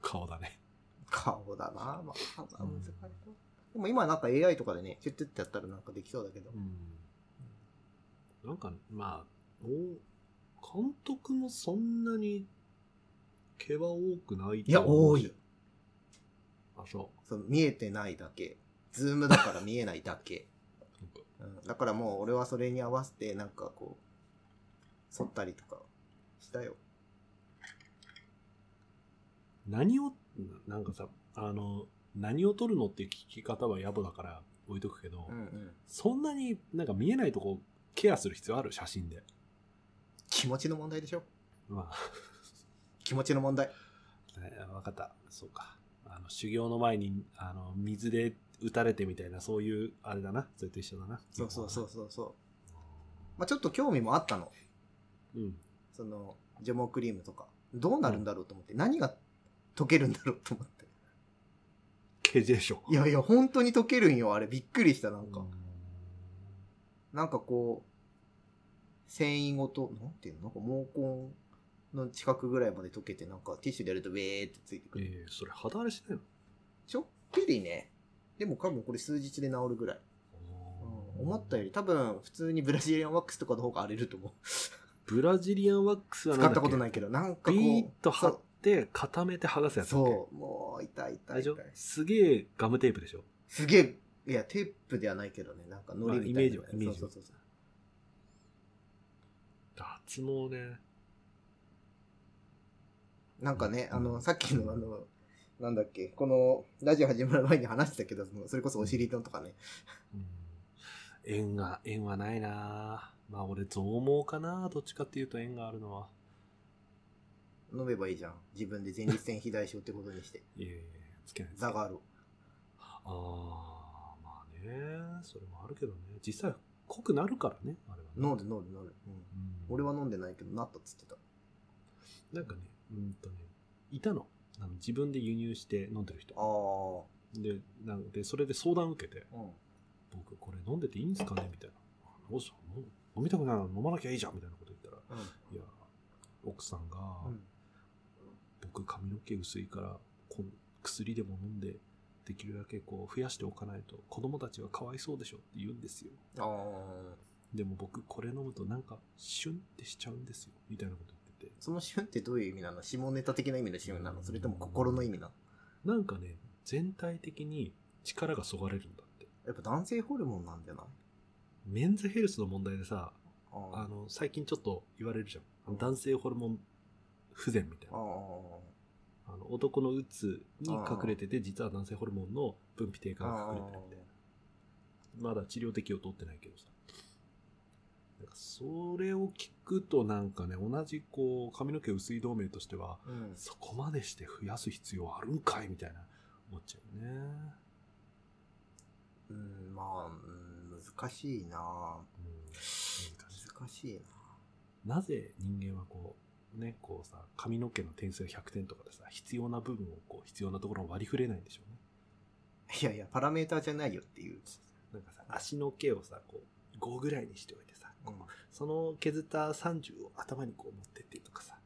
Speaker 1: 顔だね。
Speaker 2: 顔だなまあ、顔は難しいな。でも今なんか AI とかでね、チュッチュッってやったらなんかできそうだけど
Speaker 1: う。ん。なんか、まあ、お監督もそんなに毛は多くない
Speaker 2: いや、多い。。
Speaker 1: あ、そう。
Speaker 2: そう、見えてないだけ。ズームだから見えないだ け。
Speaker 1: なんか
Speaker 2: うん、だからもう俺はそれに合わせて、なんかこう、剃ったりとかしたよ。
Speaker 1: 何を、ななんかさ、あの、何を撮るのっていう聞き方は野暮だから置いとくけど、
Speaker 2: うんうん。
Speaker 1: そんなになんか見えないとこケアする必要ある写真で。
Speaker 2: 気持ちの問題でしょ
Speaker 1: ま
Speaker 2: 気持ちの問題。
Speaker 1: あ、 ねわかった。そうか。あの、修行の前に、あの、水で打たれてみたいな、そういう、あれだな。それと一緒だな。
Speaker 2: そうそうそうそうそう。まあ、ちょっと興味もあったの。
Speaker 1: う。うん。
Speaker 2: その、除毛クリームとか。どうなるんだろうと思って。何が溶けるんだろうと思って。
Speaker 1: ケジェショ
Speaker 2: いやいや、本当に溶けるんよ。あれ、びっくりした、な
Speaker 1: なん
Speaker 2: か。なんかこう、繊維ごと、なんていうのなんか毛根の近くぐらいまで溶けて、なんかティッシュでやるとウェーってついてく
Speaker 1: え
Speaker 2: る。
Speaker 1: ー、それ肌荒れしないの
Speaker 2: ちょっぴりね。でも多分これ数日で治るぐらい。うん思ったより多分普通にブラジリアンワックスとかの方が荒れると思う。
Speaker 1: ブラジリアンワックスは。
Speaker 2: 使ったことないいけど、なんかこう。
Speaker 1: ビーッと貼
Speaker 2: そ
Speaker 1: っ
Speaker 2: う
Speaker 1: て固めて剥がすやつだっけ
Speaker 2: そう。もう、痛い痛
Speaker 1: 大
Speaker 2: い痛
Speaker 1: 丈
Speaker 2: い
Speaker 1: 夫。すげえガムテープでしょ
Speaker 2: すげえ、いや、テープではないけどね、なんかノリみた
Speaker 1: まあイメー
Speaker 2: いな。
Speaker 1: ジはイメージ
Speaker 2: そ
Speaker 1: は
Speaker 2: うそうそうそう
Speaker 1: 脱毛ね。
Speaker 2: なんかね、あの、さっきのあの、なんだっけ、この、ラジオ始まる前に話してたけど、そのそれこそお尻ドンとかね。
Speaker 1: うん縁が、縁はないなまあ俺、増毛かなどっちかっていうと縁があるのは。
Speaker 2: 飲めばいいじゃん。自分で前立腺肥大症ってこと にして。
Speaker 1: いえいえ、つけないです。
Speaker 2: ザガール。
Speaker 1: ああ、まあね。それもあるけどね。実際、濃くなるからね。あれはね、
Speaker 2: 飲んで飲んで飲んで。うん
Speaker 1: うん
Speaker 2: 俺は飲んでないけど、なったっつってた。
Speaker 1: なんかね、うんとね、いたの。あの自分で輸入して飲んでる人
Speaker 2: あ。ー。
Speaker 1: で、なんで、それで相談受けて、
Speaker 2: うん。
Speaker 1: 僕、これ飲んでていいんですかねみたいな。あどうしたの飲みたくないの飲まなきゃいいじゃんみたいなこと言ったら、
Speaker 2: うん
Speaker 1: いや、奥さんが、
Speaker 2: うん。
Speaker 1: 僕僕髪の毛薄いから、こう薬でも飲んで、できるだけこう増やしておかないと、子供たちはかわいそうでしょって言うんですよ。
Speaker 2: ああ。
Speaker 1: でも僕これ飲むとなんか、シュンってしちゃうんですよ。みたいなこと言ってて。
Speaker 2: その旬ってどういう意味なの下ネタ的な意味の旬なのそれとも心の意味なの
Speaker 1: なんかね、全体的に力がそがれるんだって。
Speaker 2: やっぱ男性ホルモンなんじゃない
Speaker 1: メンズヘルスの問題でさ、
Speaker 2: あー
Speaker 1: あの、最近ちょっと言われるじゃん。男性ホルモン不全みたい
Speaker 2: あ
Speaker 1: な。
Speaker 2: ー。
Speaker 1: あの男のうつに隠れてて、実は男性ホルモンの分泌低下が隠れてるみたいな。まだ治療的を取ってないけどさ。なんかそれを聞くとなんかね、同じこう、髪の毛薄い同盟としては、
Speaker 2: うん。
Speaker 1: そこまでして増やす必要あるんかいみたいな思っちゃうよね。
Speaker 2: うん、まあ、うん難しいな
Speaker 1: うん、難しい
Speaker 2: 難しい
Speaker 1: なぜ人間はこう、ね、こうさ、髪の毛の点数が100点とかでさ、必要な部分をこう、必要なところを割り振れないんでしょうね。
Speaker 2: ないやいや、パラメーターじゃないよっていう。
Speaker 1: なんかさ、足の毛をさ、こう、5ぐらいにしておいてさ、
Speaker 2: う
Speaker 1: こ
Speaker 2: ん
Speaker 1: うその削った30を頭にこう持ってってとか さ、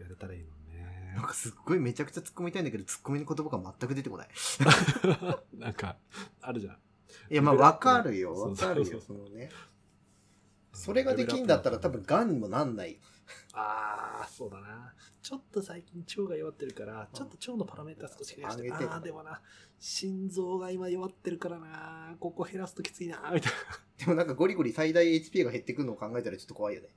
Speaker 1: やれたらいいのにね
Speaker 2: なん。かすっごいめちゃくちゃ突っ込みたいんだけど、突っ込みの言葉が全く出てこない。
Speaker 1: なんか、あるじゃん。
Speaker 2: いや、まあ、わかるよ。
Speaker 1: そ
Speaker 2: わ
Speaker 1: うそう
Speaker 2: かるよ、そのね。それができんだったら多分、癌にもなんない。
Speaker 1: ああ、そうだな。ちょっと最近腸が弱ってるから、ちょっと腸のパラメーター少し減らして、
Speaker 2: 上げて
Speaker 1: ああ、でもな、心臓が今弱ってるからな、ここ減らすときついな、みたいな。
Speaker 2: でもなんかゴリゴリ最大 HP が減ってくのを考えたらちょっと怖いよね。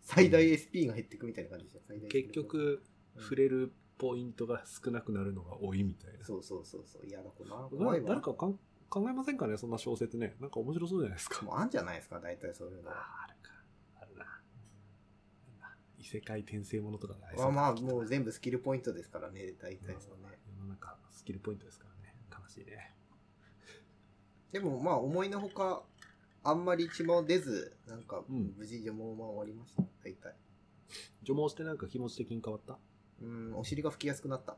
Speaker 2: 最大 SP が減ってくみたいな感じじゃん。最大 SP
Speaker 1: 結、局、触れるポイントが少なくなるのが多いみたいな。
Speaker 2: そうそうそうそう。嫌だ子な。
Speaker 1: な
Speaker 2: 怖いわ。
Speaker 1: 誰かかん考えませんかね、そんな小説ね。なんか面白そうじゃないですか。
Speaker 2: もうあんじゃないですか、大体そういうの
Speaker 1: あ
Speaker 2: は。
Speaker 1: ーあるか。あるな。異世界転生ものとかがあり
Speaker 2: ま
Speaker 1: そ
Speaker 2: あ
Speaker 1: うだ
Speaker 2: まあ、
Speaker 1: きっと
Speaker 2: もう全部スキルポイントですからね、大体そうね。
Speaker 1: 世の中、スキルポイントですからね。悲しいね。
Speaker 2: でもまあ、思いのほか、あんまり血も出ず、なんか、
Speaker 1: うん
Speaker 2: 無事呪文は終わりました、大体。
Speaker 1: 除毛してなんか気持ち的に変わった
Speaker 2: うん、お尻が拭きやすくなった。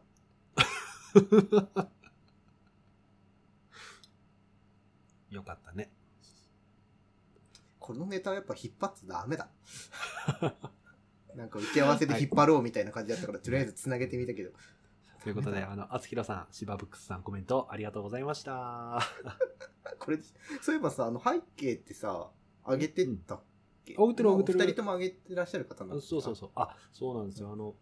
Speaker 1: よかったね。
Speaker 2: このネタはやっぱ引っ張ってダ メだ。なんか打ち合わせで引っ張ろうみたいな感じだったから、とりあえず繋げてみたけど。
Speaker 1: ということで、あの、あつひろさん、芝ブックスさんコメントありがとうございました。
Speaker 2: これ、そういえばさ、あの背景ってさ、上げてたっけ、
Speaker 1: うん上げてる
Speaker 2: まあ
Speaker 1: 上げてる
Speaker 2: お二人とも上げてらっしゃる方なんです
Speaker 1: そうそうそう。あ、そうなんですよ。あの、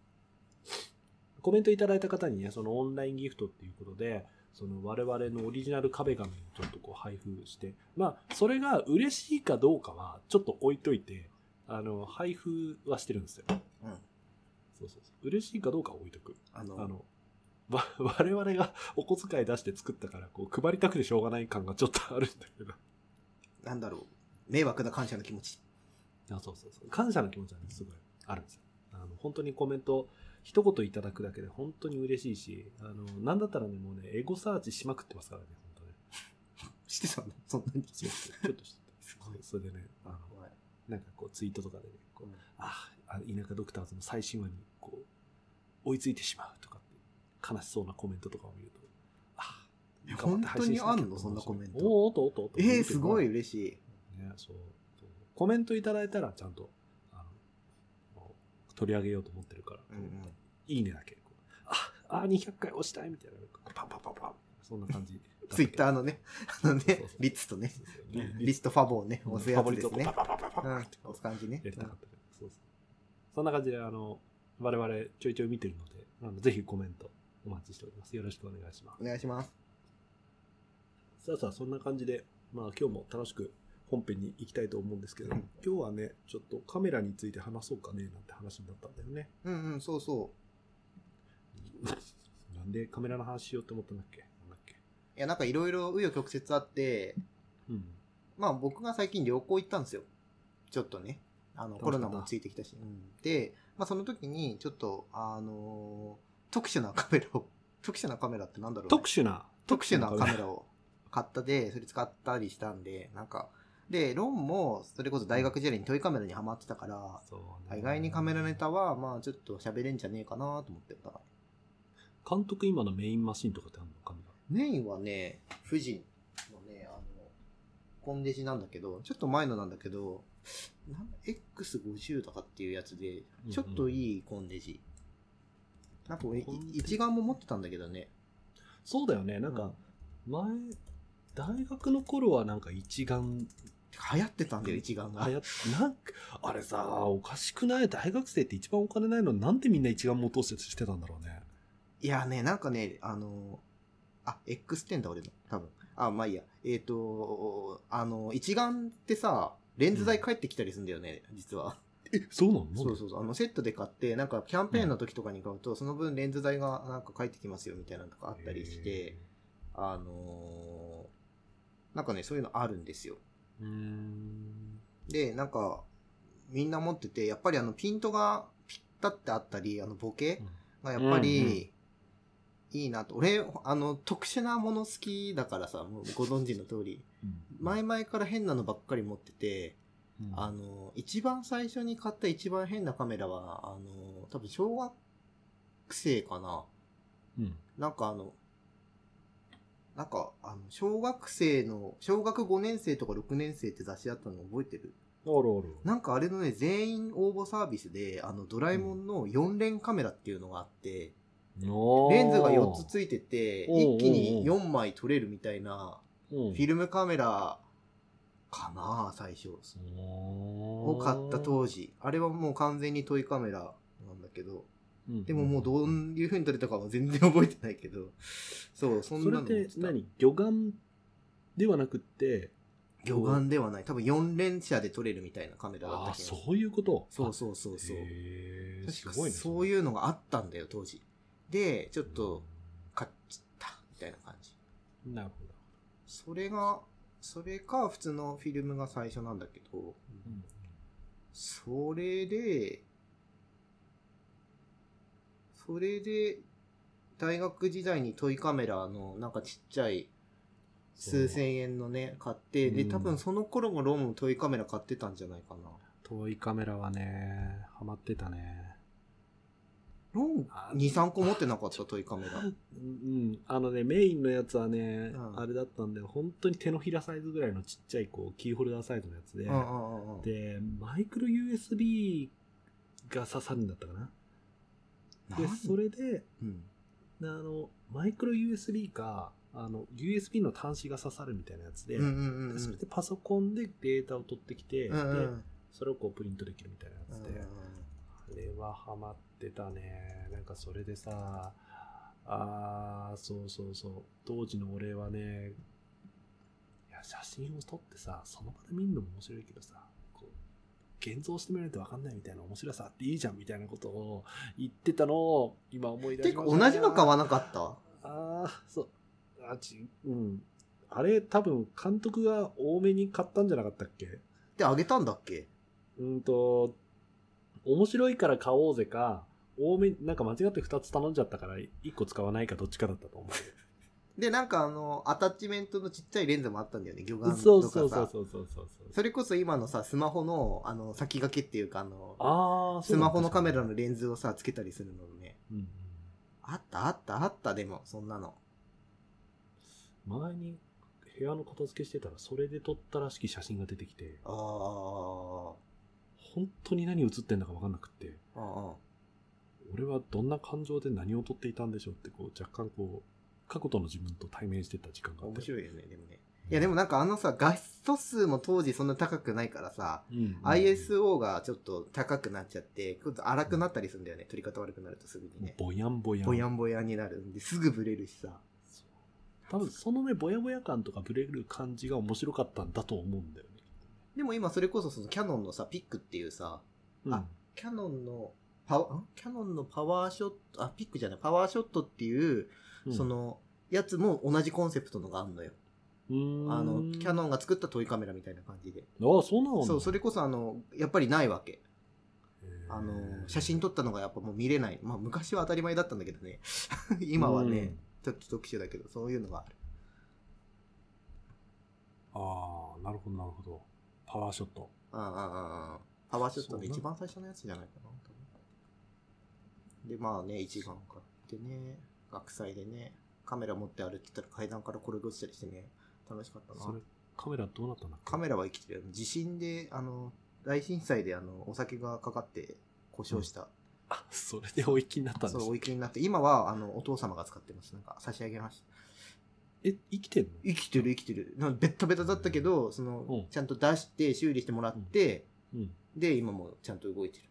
Speaker 1: コメントいただいた方にね、そのオンラインギフトっていうことで、その我々のオリジナル壁紙をちょっとこう配布して、まあ、それが嬉しいかどうかは、ちょっと置いといて、あの、配布はしてるんですよ。
Speaker 2: う。うん。
Speaker 1: そうそうそう。嬉しいかどうかは置いとく。
Speaker 2: あの、
Speaker 1: あの、わ 我々がお小遣い出して作ったから、こう、配りたくてしょうがない感がちょっとあるんだけど。
Speaker 2: なんだろう。迷惑な感謝の気持ち。
Speaker 1: あそうそうそう。感謝の気持ちはね、すごいあるんですよ。あの、本当にコメント、一言いただくだけで本当に嬉しいし、あの、なんだったらね、もうね、エゴサーチしまくってますからね、本当ね。
Speaker 2: してたのそんなに。
Speaker 1: そうそうちょっとしててそうそれでね、あの、
Speaker 2: はい
Speaker 1: なんかこう、ツイートとかでね、こう
Speaker 2: うん、
Speaker 1: あ、あ田舎ドクターズの最新話に、こう、追いついてしまうとかって、悲しそうなコメントとかを見ると、あ、
Speaker 2: え
Speaker 1: 頑張って配信しきゃ
Speaker 2: 本当にあんのそんなコメント
Speaker 1: おーおっとおっとおっと。
Speaker 2: えー、すごい嬉しい。
Speaker 1: ね、そう。そうコメントいただいたら、ちゃんと、あの、取り上げようと思ってるから、
Speaker 2: うんうん
Speaker 1: いいねだけ。こうあ、あ、200回押したいみたいな、パンパンパンパン。そんな感じ。
Speaker 2: ツイッターのね、あの
Speaker 1: そう
Speaker 2: ね
Speaker 1: そうそう、
Speaker 2: リッツとね、
Speaker 1: そうそう
Speaker 2: リストファボをね、押すやつですね
Speaker 1: ファ。ボリットをパンパンパンパン
Speaker 2: う
Speaker 1: パン
Speaker 2: ん
Speaker 1: って、
Speaker 2: 押す感じね
Speaker 1: や。りたかったけどそうそう。そんな感じで、あの、我々ちょいちょい見てるので、あのぜひコメントお待ちしております。よろしくお願いします。
Speaker 2: お願いします。
Speaker 1: さあさあそんな感じで、まあ、今日も楽しく本編に行きたいと思うんですけど、
Speaker 2: うん
Speaker 1: 今日はねちょっとカメラについて話そうかねなんて話になったんだよね
Speaker 2: うんうん、そうそう。
Speaker 1: なんでカメラの話しようと思ったんだっけなんだっけ
Speaker 2: いや、なんかいろいろ紆余曲折あって、
Speaker 1: うん
Speaker 2: まあ僕が最近旅行行ったんですよ。ちょっとね。あ
Speaker 1: 楽
Speaker 2: の、
Speaker 1: しかった
Speaker 2: コロナもついてきたし。うんで、まあその時に、ちょっと、あのー特殊なカメラを、特殊なカメラってなんだろうね、
Speaker 1: 特殊な
Speaker 2: 特殊なカメラを買ったで、それ使ったりしたんで、なんか、で、ロンも、それこそ大学時代にトイカメラにハマってたから、
Speaker 1: そう、ね、
Speaker 2: 意外にカメラネタは、まあちょっと喋れんじゃねえかなと思ってた。
Speaker 1: 監督今のメインマシンとかってあるのカメラ
Speaker 2: メインはね、富士のね、あの、コンデジなんだけど、ちょっと前のなんだけど、なん X50 とかっていうやつで
Speaker 1: うん、
Speaker 2: ちょっといいコンデジ。なんか俺、い一眼も持ってたんだけどね。
Speaker 1: そうだよね。なんか、前、大学の頃はなんか一眼
Speaker 2: 流行ってたんだよ、一眼が
Speaker 1: 流。行っなんか、あれさ、おかしくない大学生って一番お金ないのになんでみんな一眼持とうとしてたんだろうね。
Speaker 2: いやね、なんかね、あの、あ、X10 だ俺の、多分。あ、まあいいや。えっ、と、あの、一眼ってさ、レンズ代帰ってきたりするんだよね、実は。
Speaker 1: え、そうなの
Speaker 2: そうそうそう。あの、セットで買って、なんかキャンペーンの時とかに買うと、その分レンズ代がなんか返ってきますよ、みたいなのとかあったりして、。あのーなんかね、そういうのあるんですよ。
Speaker 1: へーうーん。
Speaker 2: で、なんか、みんな持ってて、やっぱりあの、ピントがピッタってあったり、あの、ボケがやっぱ
Speaker 1: うんうん
Speaker 2: り、いいなと。俺、あの、特殊なもの好きだからさ、もうご存知の通り。前々から変なのばっかり持ってて、
Speaker 1: うん
Speaker 2: あの、一番最初に買った一番変なカメラは、あの、多分小学生かな。
Speaker 1: うん。
Speaker 2: なんかあの、なんか、あの、小学生の、小学5年生とか6年生って雑誌あったの覚えてる
Speaker 1: あるある。
Speaker 2: なんかあれのね、全員応募サービスで、あの、ドラえもんの4連カメラっていうのがあって、レンズが4つ
Speaker 1: い
Speaker 2: ついてて、
Speaker 1: おー
Speaker 2: 一気に
Speaker 1: おー
Speaker 2: 4枚撮れるみたいな、
Speaker 1: て、うん
Speaker 2: フィルムカメラかな最初。を
Speaker 1: 多
Speaker 2: 買った当時。あれはもう完全にトイカメラなんだけど、
Speaker 1: うん
Speaker 2: でももうどういう風に撮れたかは全然覚えてないけど、そう、そん
Speaker 1: それっ
Speaker 2: なの持っててた。
Speaker 1: 何魚眼ではなくって、
Speaker 2: 魚眼ではない。多分4連射で撮れるみたいなカメラだっ
Speaker 1: あ
Speaker 2: た
Speaker 1: あ、
Speaker 2: けど。
Speaker 1: そういうこと。
Speaker 2: そうそうそうそう。
Speaker 1: へー
Speaker 2: 確
Speaker 1: す
Speaker 2: か
Speaker 1: ごいね。
Speaker 2: そう
Speaker 1: う
Speaker 2: いうのがあったんだよ、当時。で、ちょっと、買っちゃった、みたいな感じ。
Speaker 1: ん。なるほど。
Speaker 2: それが、それか、普通のフィルムが最初なんだけど、
Speaker 1: うん
Speaker 2: それで、それで、大学時代にトイカメラの、なんかちっちゃい、数千円のね、買って、で、
Speaker 1: うん
Speaker 2: 多分その頃もロームトイカメラ買ってたんじゃないかな。
Speaker 1: 遠いカメラはね、ハマってたね。
Speaker 2: ローム
Speaker 1: あ
Speaker 2: 2、3個持ってなかった、トイカメラ。
Speaker 1: うん、あのね、メインのやつはね、
Speaker 2: うん
Speaker 1: あれだったんだよ。本当に手のひらサイズぐらいのちっちゃい、こう、キーホルダーサイズのやつで、
Speaker 2: うんうんうんうん。
Speaker 1: で、マイクロ USB が刺さるんだったかな。で、それで、
Speaker 2: うん。
Speaker 1: あの、マイクロ USB か、あの、USB の端子が刺さるみたいなやつで、
Speaker 2: うんうんうんうん。
Speaker 1: でそれでパソコンでデータを取ってきて、
Speaker 2: うんうんう
Speaker 1: で
Speaker 2: ん
Speaker 1: それをこうプリントできるみたいなやつで、
Speaker 2: う
Speaker 1: あれはハマってたね。なんかそれでさ、あー、そうそうそう。当時の俺はね、いや、写真を撮ってさ、その場で見るのも面白いけどさ、こう、現像してみないとわかんないみたいな面白さあっていいじゃんみたいなことを言ってたのを今思い
Speaker 2: ん
Speaker 1: 出
Speaker 2: て
Speaker 1: し
Speaker 2: か
Speaker 1: ま
Speaker 2: 同じの買
Speaker 1: は
Speaker 2: わなかった
Speaker 1: ああ、そう。あち、うん。あれ、多分監督が多めに買ったんじゃなかったっけ
Speaker 2: であげたんだっけ
Speaker 1: うんと、面白いから買おうぜか、多め、なんか間違って2つ頼んじゃったから、1個使わないかどっちかだったと思
Speaker 2: で、なんかあの、アタッチメントのちっちゃいレンズもあったんだよね、魚眼
Speaker 1: う。
Speaker 2: とか さ。
Speaker 1: そうそうそうそうそうそう
Speaker 2: それこそ今のさ、スマホの、あの、先駆けっていうか、あの、
Speaker 1: ああ、
Speaker 2: スマホのカメラの
Speaker 1: ね。
Speaker 2: レンズをさ、つけたりするのね。
Speaker 1: うんうん。
Speaker 2: あったあったあった、でも、そんなの。
Speaker 1: 前に部屋の片付けしてたら、それで撮ったらしき写真が出てきて、
Speaker 2: あー
Speaker 1: 本当に何写ってんだか分かんなくって。
Speaker 2: あー。
Speaker 1: 俺はどんな感情で何を撮っていたんでしょうってこう若干こう過去との自分と対面してた時間があってい、
Speaker 2: 面白いよね、でもね。いや、でもなんかあのさ、画質数も当時そんな高くないからさ、
Speaker 1: うんうんうん
Speaker 2: ISO がちょっと高くなっちゃって、ちょっと荒くなったりするんだよね。撮り方悪くなるとすぐにね。
Speaker 1: ぼやんぼやん
Speaker 2: ぼやんぼやんになるんで、すぐブレるしさ。
Speaker 1: そう多分そのねぼやぼや感とかブレる感じが面白かったんだと思うんだよね、
Speaker 2: でも今それこそそのキャノンのさ、ピックっていうさ、
Speaker 1: うん、
Speaker 2: あキャノンのパワ、んキャノンのパワーショット、あ、ピックじゃない、パワーショットっていう、
Speaker 1: うん
Speaker 2: その、やつも同じコンセプトのがあんのよ。
Speaker 1: うーん
Speaker 2: あの、キャノンが作ったトイカメラみたいな感じで。
Speaker 1: ああそうなの
Speaker 2: そう、それこそあの、やっぱりないわけ。
Speaker 1: へー
Speaker 2: あの、写真撮ったのがやっぱもう見れない。まあ昔は当たり前だったんだけどね。 今は
Speaker 1: う
Speaker 2: ね
Speaker 1: ん、
Speaker 2: ちょっと特殊だけど、そういうのがある。
Speaker 1: ああなるほどなるほどパワーショット
Speaker 2: ああああああパワーショットの
Speaker 1: そうな
Speaker 2: 一番最初のやつじゃないかな。多分で、まあね、一眼買ってね、学祭でね、カメラ持って歩いてたら階段から転げ落ちたりしてね、楽しかった
Speaker 1: そ
Speaker 2: な
Speaker 1: れ。カメラどうなったんだっけ
Speaker 2: カメラは生きてるよ。地震で、あの、大震災であの、お酒がかかって故障した
Speaker 1: あ、それでお行きになったんで
Speaker 2: それ
Speaker 1: す
Speaker 2: お
Speaker 1: ね
Speaker 2: いきになって、今は、あの、お父様が使ってます。なんか、差し上げました。
Speaker 1: え、生きてんの
Speaker 2: 生きてる生きてる。なんかベッタベタだったけど、その、
Speaker 1: うん
Speaker 2: ちゃんと出して、修理してもらって、
Speaker 1: うん。
Speaker 2: で、今もちゃんと動いてる。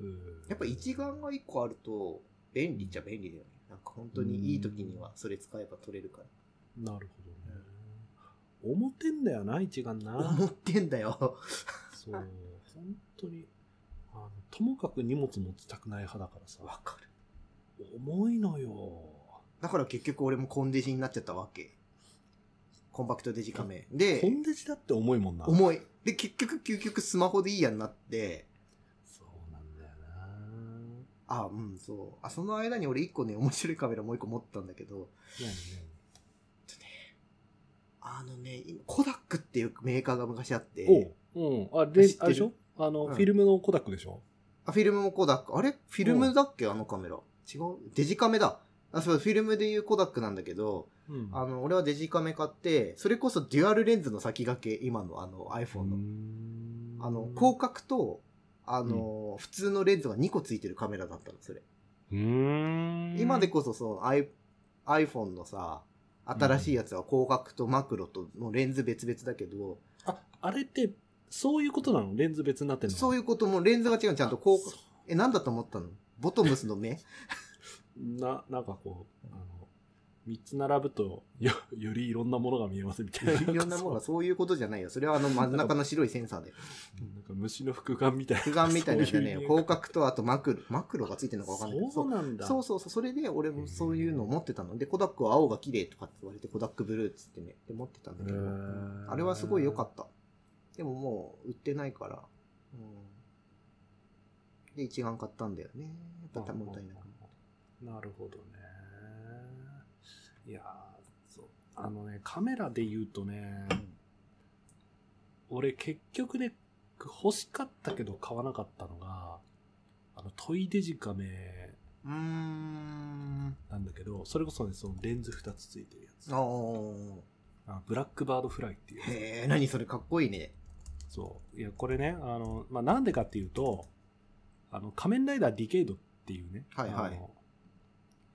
Speaker 1: うー
Speaker 2: やっぱ一眼が一個あると、便利っちゃ便利だよね。なんか本当にいい時には、それ使えば撮れるから。
Speaker 1: なるほどね。表んだよな、一眼 な。
Speaker 2: 思ってんだよ。
Speaker 1: そう。本当に。あのともかく荷物持ちたくない派だからさ。
Speaker 2: わかる。
Speaker 1: 重いのよ。
Speaker 2: だから結局俺もコンデジになっちゃったわけ。コンパクトデジカメ。で
Speaker 1: コ、ンデジだって重いもんな。
Speaker 2: 重い。で、結局、究極スマホでいいやになって、
Speaker 1: そうなんだよな。
Speaker 2: あ、うん、そう。あ、その間に俺一個ね、面白いカメラもう一個持ったんだけど、
Speaker 1: いやね。
Speaker 2: あのね、今コダックっていうメーカーが昔あって、
Speaker 1: おう。うん。あ、レ
Speaker 2: 知ってる
Speaker 1: あれでしょあの、
Speaker 2: うん
Speaker 1: フィルムのコダックでしょ
Speaker 2: あ、フィルムもコダック。あれフィルムだっけあのカメラ。違うデジカメだ。あ、そう、フィルムでいうコダックなんだけど、
Speaker 1: うん
Speaker 2: あの、俺はデジカメ買って、それこそデュアルレンズの先駆け、今のあの iPhone の。あの、広角と、あの、普通のレンズが2個ついてるカメラだったの、それ。
Speaker 1: うん。
Speaker 2: 今でこそ、その、I、iPhone のさ、新しいやつは広角とマクロとのレンズ別々だけど、
Speaker 1: あ、あれって、そういうことなのレンズ別になってんの
Speaker 2: そう
Speaker 1: いう、
Speaker 2: いうこともレンズが違うのちゃんと広角。え、なんだと思ったのボトムス の目
Speaker 1: な、なんかこう、あの、三つ並ぶと、よ、よりいろんなものが見えますみたいな。
Speaker 2: いろんなものがそういうことじゃないよ。それはあの真ん中の白いセンサ ーで。
Speaker 1: そうなんか虫の複眼みたいな。
Speaker 2: 不眼みたいなやつだ
Speaker 1: そ
Speaker 2: ね。
Speaker 1: ういう
Speaker 2: 広角とあとマクロ、マクロがついてるのかわかんないけど。
Speaker 1: そうなんだ。
Speaker 2: そうそうそう。それで俺もそういうのを持ってたの。で、コダックは青が綺麗とかって言われて、コダックブルーっつってね、で持ってたんだけど
Speaker 1: へー、
Speaker 2: あれはすごい良かった。でももう売ってないから。うん、で、一眼買ったんだよね。やっぱもったいなくなった。
Speaker 1: なるほどね。いやーそう。あのね、カメラで言うとね、俺結局ね、欲しかったけど買わなかったのが、あの、トイデジカメ
Speaker 2: うーん。
Speaker 1: なんだけど、それこそね、そのレンズ2つついてるやつ。
Speaker 2: あー
Speaker 1: あブラックバードフライっていうやつ。
Speaker 2: へえ、何それかっこいいね。
Speaker 1: そう。いや、これね、あの、まあ、なんでかっていうと、あの、仮面ライダーディケイドっていうね、
Speaker 2: はいはい
Speaker 1: あの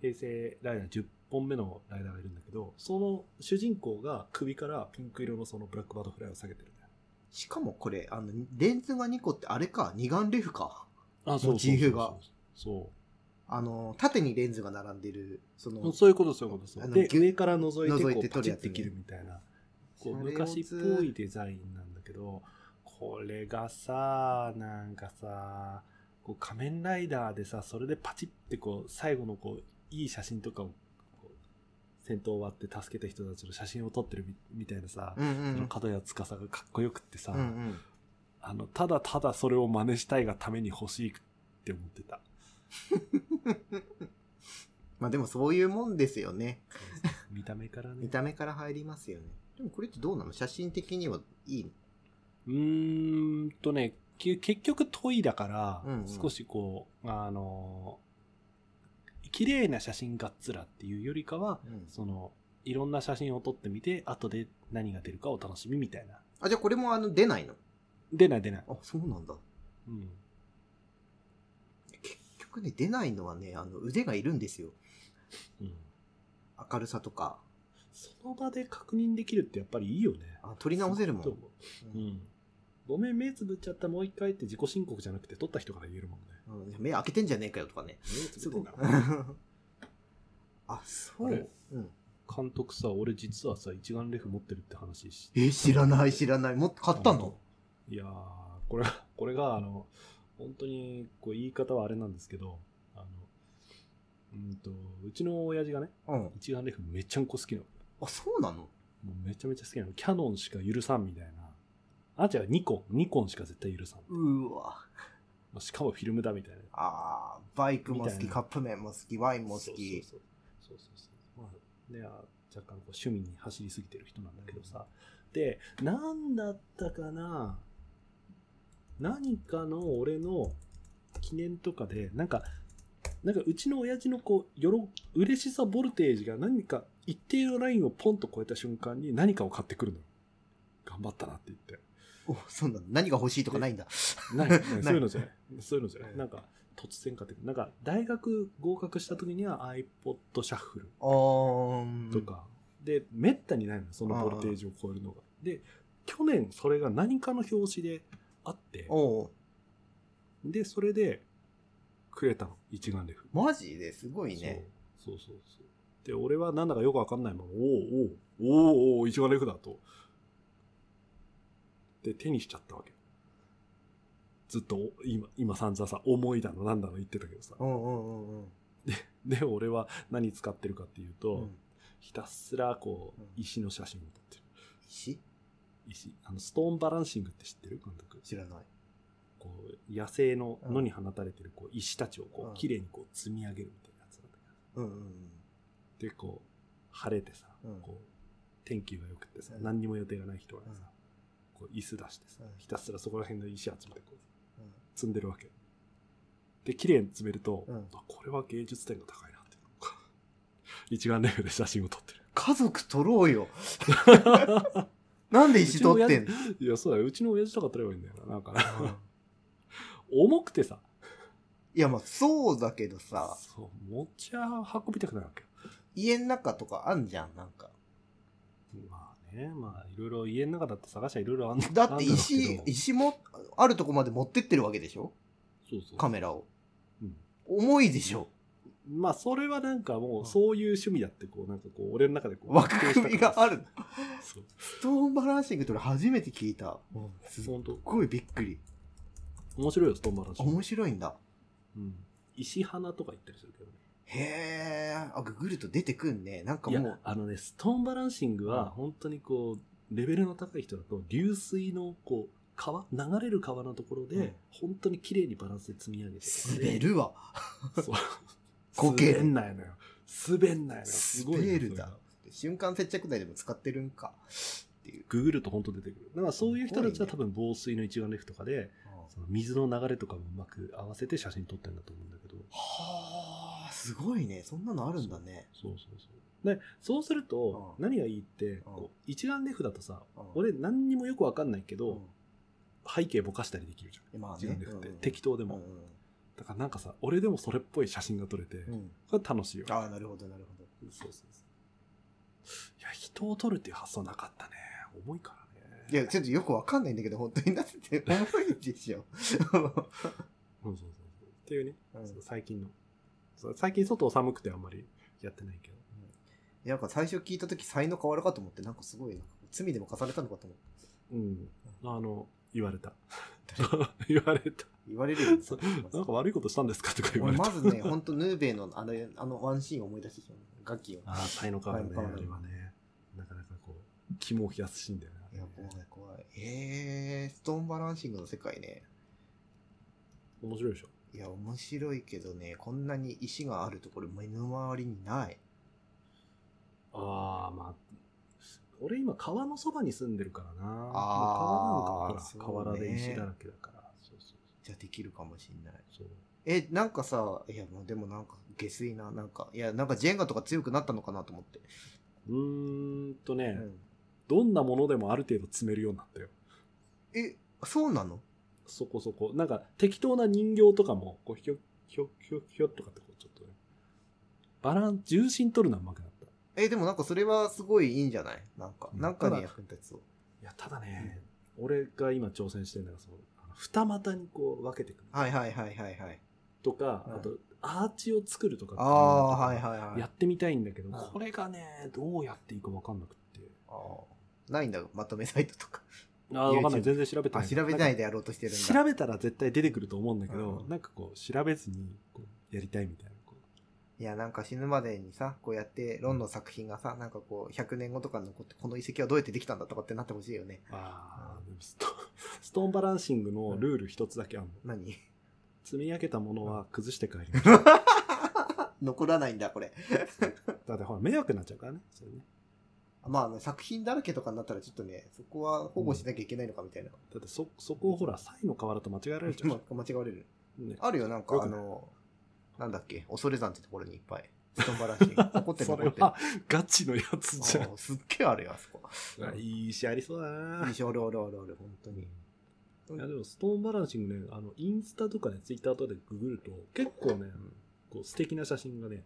Speaker 1: 平成ライダー10本目のライダーがいるんだけど、その主人公が首からピンク色のそのブラックバードフライを下げてるんだよ。
Speaker 2: しかもこれ、あの、レンズが2個ってあれか、二眼レフか。
Speaker 1: あ
Speaker 2: そうそうそうそうモチーフが。
Speaker 1: そ
Speaker 2: あの、縦にレンズが並んでる、その
Speaker 1: う。、そういうこと、そういうこと。そ
Speaker 2: あ
Speaker 1: う
Speaker 2: の
Speaker 1: で、
Speaker 2: ぎゅ
Speaker 1: 上から覗いて、こ
Speaker 2: 覗いて
Speaker 1: う、パ
Speaker 2: 撮る
Speaker 1: チ
Speaker 2: や
Speaker 1: っ
Speaker 2: つね
Speaker 1: て切るみたいな、こう、
Speaker 2: それを
Speaker 1: 昔っ
Speaker 2: ず
Speaker 1: ぽいデザインなんだけど、これがさ、なんかさ、こう仮面ライダーでさ、それでパチってこう、最後のこう、いい写真とかを、こう戦闘終わって助けた人たちの写真を撮ってるみみたいなさ、
Speaker 2: うんう
Speaker 1: あの
Speaker 2: ん
Speaker 1: 角谷司がかっこよくってさ、
Speaker 2: うん。うんうん。
Speaker 1: あの、ただただそれを真似したいがために欲しいって思って た。
Speaker 2: まあでもそういうもんですよね。
Speaker 1: 見た目からね。
Speaker 2: 見た目から入りますよね。でもこれってどうなの写真的にはいいの
Speaker 1: うーんとね、き結局トイだから
Speaker 2: うんうん、
Speaker 1: 少しこう、あの、綺麗な写真がっつらっていうよりかは、
Speaker 2: うん
Speaker 1: その、いろんな写真を撮ってみて、後で何が出るかを楽しみみたいな。
Speaker 2: あ、じゃあこれもあの、出ないの
Speaker 1: 出ない出ない。
Speaker 2: あ、そうなんだ。
Speaker 1: うん。
Speaker 2: 結局ね、出ないのはね、あの、腕がいるんですよ。
Speaker 1: うん。
Speaker 2: 明るさとか。
Speaker 1: その場で確認できるってやっぱりいいよね。
Speaker 2: あ、撮り直せるもん
Speaker 1: そう。思う。うん。ごめん、目つぶっちゃった、もう一回って自己申告じゃなくて撮った人から言えるもんね。
Speaker 2: うん目開けてんじゃねえかよとかね。
Speaker 1: 目つぶってんだろ
Speaker 2: あ、そ
Speaker 1: あれ
Speaker 2: う。うん。
Speaker 1: 監督さ、俺実はさ、一眼レフ持ってるって話し
Speaker 2: え、知らない知らない。もっと買ったの
Speaker 1: いやーこれが、 これが、あの、本当に、こう、言い方はあれなんですけど、あの、うんと、うちの親父がね、
Speaker 2: うん。
Speaker 1: 一眼レフめちゃんこ好きなの。
Speaker 2: あ、そうなの
Speaker 1: もうめちゃめちゃ好きなの。キャノンしか許さんみたいな。あ、違う、ニコン。ニコンしか絶対許さん。
Speaker 2: うーわ。
Speaker 1: まあしかもフィルムだみたいな。
Speaker 2: ああ、バイクも好
Speaker 1: みたい
Speaker 2: き、
Speaker 1: な
Speaker 2: カップ麺も好き、ワインも好き。
Speaker 1: そうそうそう。そうそうそうまあ、ね、あ若干こう趣味に走りすぎてる人なんだけどさ。で、なんだったかな何かの俺の記念とかで、なんか、なんかうちの親父のこう、よろ、嬉しさボルテージが何か一定のラインをポンと超えた瞬間に何かを買ってくるのよ。頑張ったなって言って。
Speaker 2: お、そうなの何が欲しいとかないんだ。
Speaker 1: ない、ないそういうのじゃない。そういうのじゃない。なんか、突然かってなんか大学合格した時には iPod シャッフル
Speaker 2: あー
Speaker 1: と。か、でめったにないのよそのボルテージを超えるのがで去年それが何かの表紙であって
Speaker 2: おう
Speaker 1: でそれでくれたの一眼レフ
Speaker 2: マジですごいね。
Speaker 1: そうそうそうそうで俺はなんだかよくわかんないものおうおうおうおう一眼レフだとで手にしちゃったわけずっとお今今散々さ思いだのなんだの言ってたけどさ
Speaker 2: うんうんうんうん。
Speaker 1: で俺は何使ってるかっていうと、
Speaker 2: うん
Speaker 1: ひたすらこう
Speaker 2: うん
Speaker 1: 石の写真を撮ってる
Speaker 2: 石
Speaker 1: 石あのストーンバランシングって知ってる監督
Speaker 2: 知らない。
Speaker 1: こう野生の
Speaker 2: うん
Speaker 1: 野に放たれてるこう石たちをこ
Speaker 2: うん
Speaker 1: う綺麗にこう積み上げるみたいなやつなんだけど
Speaker 2: うんうん
Speaker 1: でこう晴れてさ、
Speaker 2: うん
Speaker 1: こう天気が良くてさ、
Speaker 2: うん
Speaker 1: 何にも予定がない人がさ、
Speaker 2: うん
Speaker 1: こう椅子出してさ、
Speaker 2: うん
Speaker 1: ひたすらそこら辺の石集めてこう
Speaker 2: うん。
Speaker 1: 積んでるわけで綺麗に積めると、
Speaker 2: うん
Speaker 1: あこれは芸術点が 高いなっていうのか一眼レフで写真を撮って
Speaker 2: 家族取ろう よ。
Speaker 1: る
Speaker 2: なんで石取ってんの
Speaker 1: いやそうだようちの親父とか撮ればいいんだよななんかな
Speaker 2: うん
Speaker 1: 重くてさ
Speaker 2: いやまあそうだけどさ、
Speaker 1: そう持ち運びたくないわけよ
Speaker 2: 家の中とかあんじゃん、なんか。
Speaker 1: まあねまあいろいろ家の中だって探しゃいろいろあん
Speaker 2: だって
Speaker 1: あんだろ
Speaker 2: 石
Speaker 1: う、けど
Speaker 2: 石もあるとこまで持ってってるわけでしょ
Speaker 1: そうそう
Speaker 2: カメラを。
Speaker 1: うん
Speaker 2: 重いでしょ
Speaker 1: まあそれはなんかも
Speaker 2: うん
Speaker 1: うそういう趣味だってこうなんかこう俺の中でこう
Speaker 2: 枠組みがある。
Speaker 1: そう
Speaker 2: ストーンバランシングって俺初めて聞いた。すっ
Speaker 1: 本当
Speaker 2: ごいびっくり。
Speaker 1: 面白いよストーンバランシング
Speaker 2: 面白いんだ。
Speaker 1: うん石花とか言ったりするけどね
Speaker 2: へえ。あ、ググると出てくんね。なんか
Speaker 1: い
Speaker 2: もう
Speaker 1: や。あのねストーンバランシング
Speaker 2: うん
Speaker 1: は本当にこうレベルの高い人だと流水のこう川流れる川のところ
Speaker 2: うん
Speaker 1: で本当に綺麗にバランスで積み上げて
Speaker 2: 滑るわ。
Speaker 1: そう
Speaker 2: こける
Speaker 1: 滑んないのよ滑んないのよすごい
Speaker 2: 滑
Speaker 1: ね
Speaker 2: る
Speaker 1: そ
Speaker 2: だ
Speaker 1: れが。
Speaker 2: 瞬間接着剤でも使ってるんか。っていう。
Speaker 1: ググると本当出てくるだからそういう人たち
Speaker 2: すご
Speaker 1: は
Speaker 2: いね
Speaker 1: 多分防水の一眼レフとかでその水の流れとかもうまく合わせて写真撮ってるんだと思うんだけど
Speaker 2: はあ、すごいね。そんなのあるんだね。
Speaker 1: そうそうそうでそうすると
Speaker 2: うん
Speaker 1: 何がいいってこう一眼レフだとさ
Speaker 2: うん
Speaker 1: 俺何にもよくわかんないけ
Speaker 2: う
Speaker 1: ど
Speaker 2: ん
Speaker 1: 背景ぼかしたりできるじゃん
Speaker 2: えまあ
Speaker 1: 一
Speaker 2: ね
Speaker 1: 眼レフって
Speaker 2: うん
Speaker 1: 適当で
Speaker 2: うん
Speaker 1: もだからなんかさ俺でもそれっぽい写真が撮れて
Speaker 2: うんうん
Speaker 1: これ楽しいよ
Speaker 2: ああ、なるほど、なるほど。
Speaker 1: そうそうそういや人を撮るっていう発想なかったね重いからね
Speaker 2: いや、ちょっとよくわかんないんだけど、本当になってて、重いでし ょ。
Speaker 1: そうそうそうそうっていうね
Speaker 2: うん
Speaker 1: そう最近のそう最近外寒くてあんまりやってないけど
Speaker 2: なんか最初聞いた時才能変わるかと思ってなんかすごいなんか罪でも課されたのかと思って
Speaker 1: うんあの言われた 言われた
Speaker 2: 言われるよ、ね、
Speaker 1: そうなんか悪いことしたんですかとか言わ
Speaker 2: 俺
Speaker 1: れた
Speaker 2: まずねほんとヌーベイのあのあのワンシーンを思い出してしまうガキを
Speaker 1: ああ才能変わるねあ
Speaker 2: 才能変わる
Speaker 1: れはねなかなかこう肝を冷やすシーンだよね
Speaker 2: いや怖い怖いえー、ストーンバランシングの世界ね
Speaker 1: 面白いでしょ
Speaker 2: いや面白いけどねこんなに石があるところ目の周りにない
Speaker 1: ああまあ俺今川のそばに住んでるからな
Speaker 2: あ
Speaker 1: もう川なんかほ
Speaker 2: ー
Speaker 1: ら
Speaker 2: そうね
Speaker 1: 河原で石だらけだからそうそう
Speaker 2: じゃできるかもしんない
Speaker 1: そう
Speaker 2: えなんかさいやもうでもなんか下水ななんかいやなんかジェンガとか強くなったのかなと思って、
Speaker 1: うーんとね、
Speaker 2: うん、
Speaker 1: どんなものでもある程度積めるようになったよ
Speaker 2: えそうなの
Speaker 1: そこそこなんか適当な人形とかもこうひょひょひょひょとかってこうちょっとねバラン重心取るのはうまくなったい
Speaker 2: え、でもなんかそれはすごいいいんじゃないなんか、
Speaker 1: うん
Speaker 2: なん
Speaker 1: た
Speaker 2: かに
Speaker 1: だ
Speaker 2: 役に立つそう。
Speaker 1: やただね、俺が今挑戦してるのがそのあの二股にこう分けていくる
Speaker 2: はいはいはいはいはい。
Speaker 1: とか、
Speaker 2: うん
Speaker 1: あとアーチを作るとかって
Speaker 2: あ
Speaker 1: いう
Speaker 2: あ、
Speaker 1: のとか
Speaker 2: はいはいはい。
Speaker 1: やってみたいんだけど、
Speaker 2: ん
Speaker 1: これがねどうやっていいか分かんなくって
Speaker 2: あーないんだ、まとめサイトとか。
Speaker 1: ああ
Speaker 2: YouTube
Speaker 1: 分かんない全然調べて
Speaker 2: あ、
Speaker 1: ない
Speaker 2: 調べない
Speaker 1: んか
Speaker 2: でやろうとしてるんだ。
Speaker 1: 調べたら絶対出てくると思うんだけど、
Speaker 2: うん
Speaker 1: なんかこう調べずにこうやりたいみたいなこう
Speaker 2: いや、なんか死ぬまでにさ、こうやって、ロンの作品がさ、なんかこう、100年後とかに残って、この遺跡はどうやってできたんだとかってなってほしいよね。
Speaker 1: ああ、でもスト ストーンバランシングのルール一つだけあんの。
Speaker 2: 何
Speaker 1: 積み上げたものは崩して帰り ましょう。
Speaker 2: 残らないんだ、これ。
Speaker 1: だってほら、迷惑になっちゃうからね。それね
Speaker 2: まあ、あの作品だらけとかになったらちょっとね、そこは保護しなきゃいけないのかみたいな。
Speaker 1: だってそ、そこをほら、サイの河原と間違えられちゃう
Speaker 2: ま間違われる。
Speaker 1: ね。
Speaker 2: あるよ、なんか
Speaker 1: よ
Speaker 2: あ
Speaker 1: くない
Speaker 2: の、なんだっけ、恐山ってところにいっぱい。ストン バランシング。残ってる
Speaker 1: そ
Speaker 2: 残
Speaker 1: れ
Speaker 2: ってる
Speaker 1: は。ガチのやつじゃ
Speaker 2: あーすっげえあるよ、あそこ。
Speaker 1: ん。いい石ありそうだな。
Speaker 2: 印象あるあるあるある、本当に。
Speaker 1: いやでもストーンバランシングね、あの、インスタとかね、ツイッターとかでググると、結構ね、こう素敵な写真がね、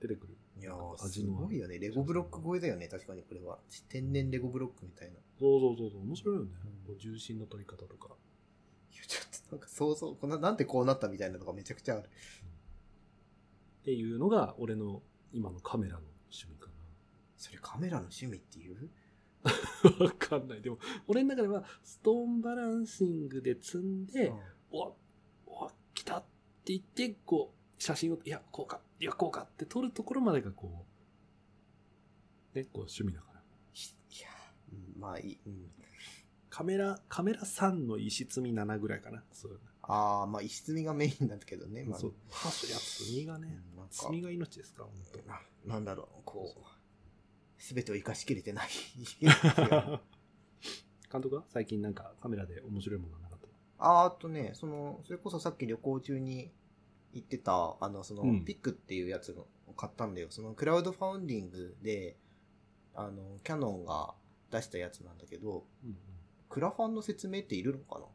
Speaker 1: 出てくる。
Speaker 2: いや
Speaker 1: なん
Speaker 2: ー、
Speaker 1: か味
Speaker 2: す
Speaker 1: のある
Speaker 2: ごいよね。レゴブロック超えだよね、確かにこれは。天然レゴブロックみたいな。い
Speaker 1: そうそうそうそう、面白いよね。
Speaker 2: うん
Speaker 1: こう重心の取り方とか。
Speaker 2: や、ちょっとなんか想像、こんな、なんでこうなったみたいなのがめちゃくちゃある。
Speaker 1: っていうのが、俺の今のカメラの趣味か
Speaker 2: それカメラの趣味っていう
Speaker 1: な。 わかんない。でも、俺の中では、ストーンバランシングで積んで、おお来たって言って、こう、写真を、いや、こうか、いや、こうかって撮るところまでがこう、ね、こう趣味だから。
Speaker 2: ひいやー、うんまあいい。うん、
Speaker 1: カメラ、カメラ3の石積み7ぐらいかな。そう
Speaker 2: ああ、まあ石積みがメインだけどね。まあ、
Speaker 1: そう。箸や積みが
Speaker 2: う
Speaker 1: ね、
Speaker 2: んなん
Speaker 1: 積み
Speaker 2: か、
Speaker 1: が命ですから、本当
Speaker 2: ななんだろう、こう、すべてを生かしきれ てない。
Speaker 1: 監督は最近なんかカメラで面白いものはなかった
Speaker 2: あーあとね、その、それこそさっき旅行中に行ってた、あの、その、
Speaker 1: うん
Speaker 2: ピックっていうやつのを買ったんだよ。その、クラウドファウンディングで、あの、キャノンが出したやつなんだけど、
Speaker 1: うんうん
Speaker 2: クラファンの説明っているのかな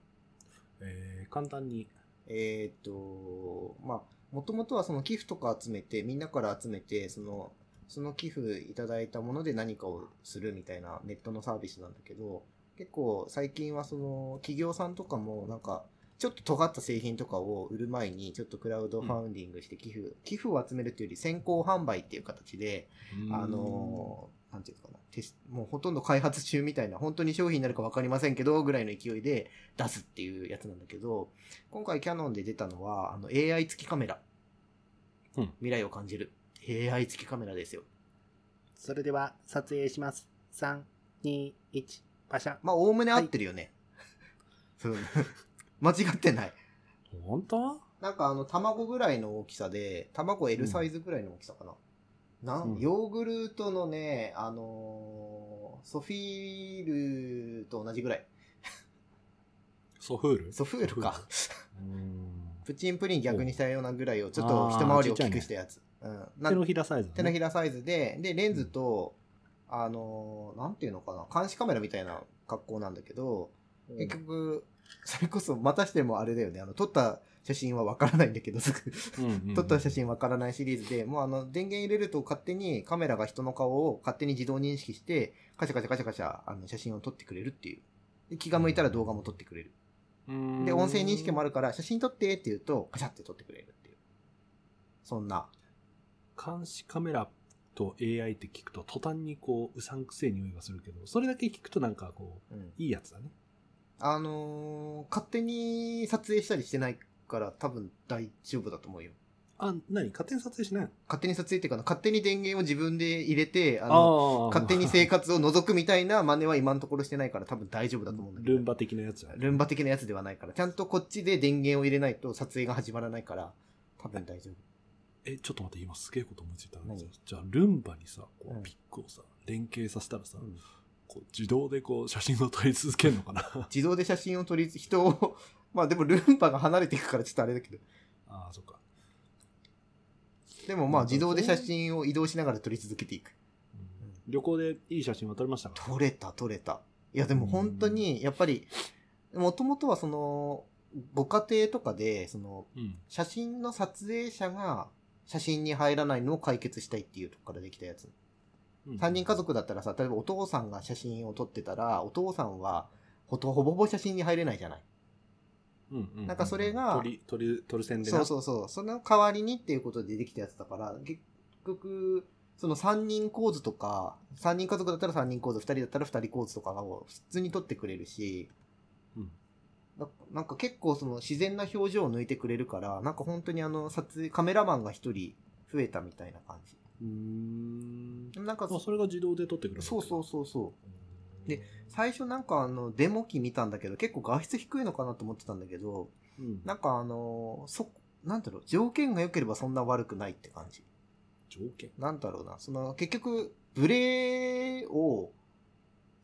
Speaker 1: えー簡単に。
Speaker 2: えーっと、まあ、もともとはその寄付とか集めて、みんなから集めて、その、その寄付いただいたもので何かをするみたいなネットのサービスなんだけど、結構最近はその企業さんとかもなんか、ちょっと尖った製品とかを売る前に、ちょっとクラウドファウンディングして寄付、寄付を集めるというより先行販売っていう形で、あのー、なんていうのかな、テスもうほとんど開発中みたいな、本当に商品になるか分かりませんけど、ぐらいの勢いで出すっていうやつなんだけど、今回キャノンで出たのは、あの、AI 付きカメラ。
Speaker 1: うん
Speaker 2: 未来を感じる。AI 付きカメラですよ。
Speaker 3: それでは撮影します。3、2、1、パシャ。
Speaker 2: まあ、おおむね合ってるよね。 そう。間違ってない。
Speaker 1: 本当
Speaker 2: なんかあの、卵ぐらいの大きさで、卵 L サイズぐらいの大きさかな。なん
Speaker 1: うん
Speaker 2: ヨーグルトのね、あのーソフィールと同じぐらい。
Speaker 1: ソフール
Speaker 2: ソフールか。
Speaker 1: うーん。
Speaker 2: プチンプリン逆にしたようなぐらいをちょっと一回り大きくしたやつ。うん。な
Speaker 1: 手のひらサイズ、
Speaker 2: 手のひらサイズで、で、レンズと、あのーなんていうのかな、監視カメラみたいな格好なんだけど、
Speaker 1: うん
Speaker 2: 結局、それこそまたしてもあれだよね、あの、撮った写真はわからないんだけど、すぐ
Speaker 1: うんうんうん
Speaker 2: 撮った写真わからないシリーズで、もうあの、電源入れると勝手にカメラが人の顔を勝手に自動認識して、カシャカシャカシャカシャ、あの、写真を撮ってくれるっていう。で気が向いたら動画も撮ってくれる。
Speaker 1: うーん
Speaker 2: で、音声認識もあるから、写真撮ってって言うと、カシャって撮ってくれるっていう。そんな。
Speaker 1: 監視カメラと AI って聞くと、途端にこう、うさんくせえ匂いがするけど、それだけ聞くとなんかこ
Speaker 2: うん。
Speaker 1: う、いいやつだね。
Speaker 2: あのー勝手に撮影したりしてないから、多分大丈夫だと思うよ。
Speaker 1: あ、なに勝手に撮影しないの
Speaker 2: 勝手に撮影っていうかな、勝手に電源を自分で入れて、あ
Speaker 1: あ
Speaker 2: の、
Speaker 1: の
Speaker 2: 勝手に生活を覗くみたいな 真似は今のところしてないから、多分大丈夫だと思うんだけど。
Speaker 1: ルンバ的なやつだね
Speaker 2: ルンバ的なやつではないから、ちゃんとこっちで電源を入れないと撮影が始まらないから、多分大丈夫。
Speaker 1: え、ちょっと待って、今すげえこと思いついたんだけど
Speaker 2: 何
Speaker 1: じゃあ、ルンバにさ、こ
Speaker 2: う
Speaker 1: うんピックをさ、連携させたらさ、
Speaker 2: うん
Speaker 1: こう自動でこう写真を撮り続けるの かな
Speaker 2: 自動で写真を撮り、人を、 まあでもルンバが離れていくからちょっとあれだけど、
Speaker 1: ああ、そっか、
Speaker 2: でもまあ自動で写真を移動しながら撮り続けていく。
Speaker 1: うん旅行でいい写真は撮れましたか
Speaker 2: 撮れた撮れた。いやでも本当に、やっぱり、もともとはその、ご家庭とかで、その、
Speaker 1: うん。
Speaker 2: 写真の撮影者が写真に入らないのを解決したいっていうとこからできたやつ。
Speaker 1: うん
Speaker 2: 3人家族だったらさ、例えばお父さんが写真を撮ってたら、お父さんはほとほぼほぼ写真に入れないじゃない。
Speaker 1: うんうう
Speaker 2: なんかそれが
Speaker 1: 撮り、撮り、撮る宣伝
Speaker 2: そうそうそう。その代わりにっていうことでできたやつだから、結局、その3人構図とか、3人家族だったら3人構図、2人だったら2人構図とかを普通に撮ってくれるし、
Speaker 1: うん
Speaker 2: ななんか結構その自然な表情を抜いてくれるから、なんか本当にあの撮影、カメラマンが1人増えたみたいな感じ。
Speaker 1: うーん。
Speaker 2: でもなんか
Speaker 1: あ、それが自動で撮ってくれる
Speaker 2: そうそうそうそう。
Speaker 1: う
Speaker 2: で、最初なんかあの、デモ機見たんだけど、結構画質低いのかなと思ってたんだけど、
Speaker 1: うん、
Speaker 2: なんかあの、そ、なんだろう、条件が良ければそんな悪くないって感じ。
Speaker 1: 条件。
Speaker 2: なんだろうな、その結局、ブレを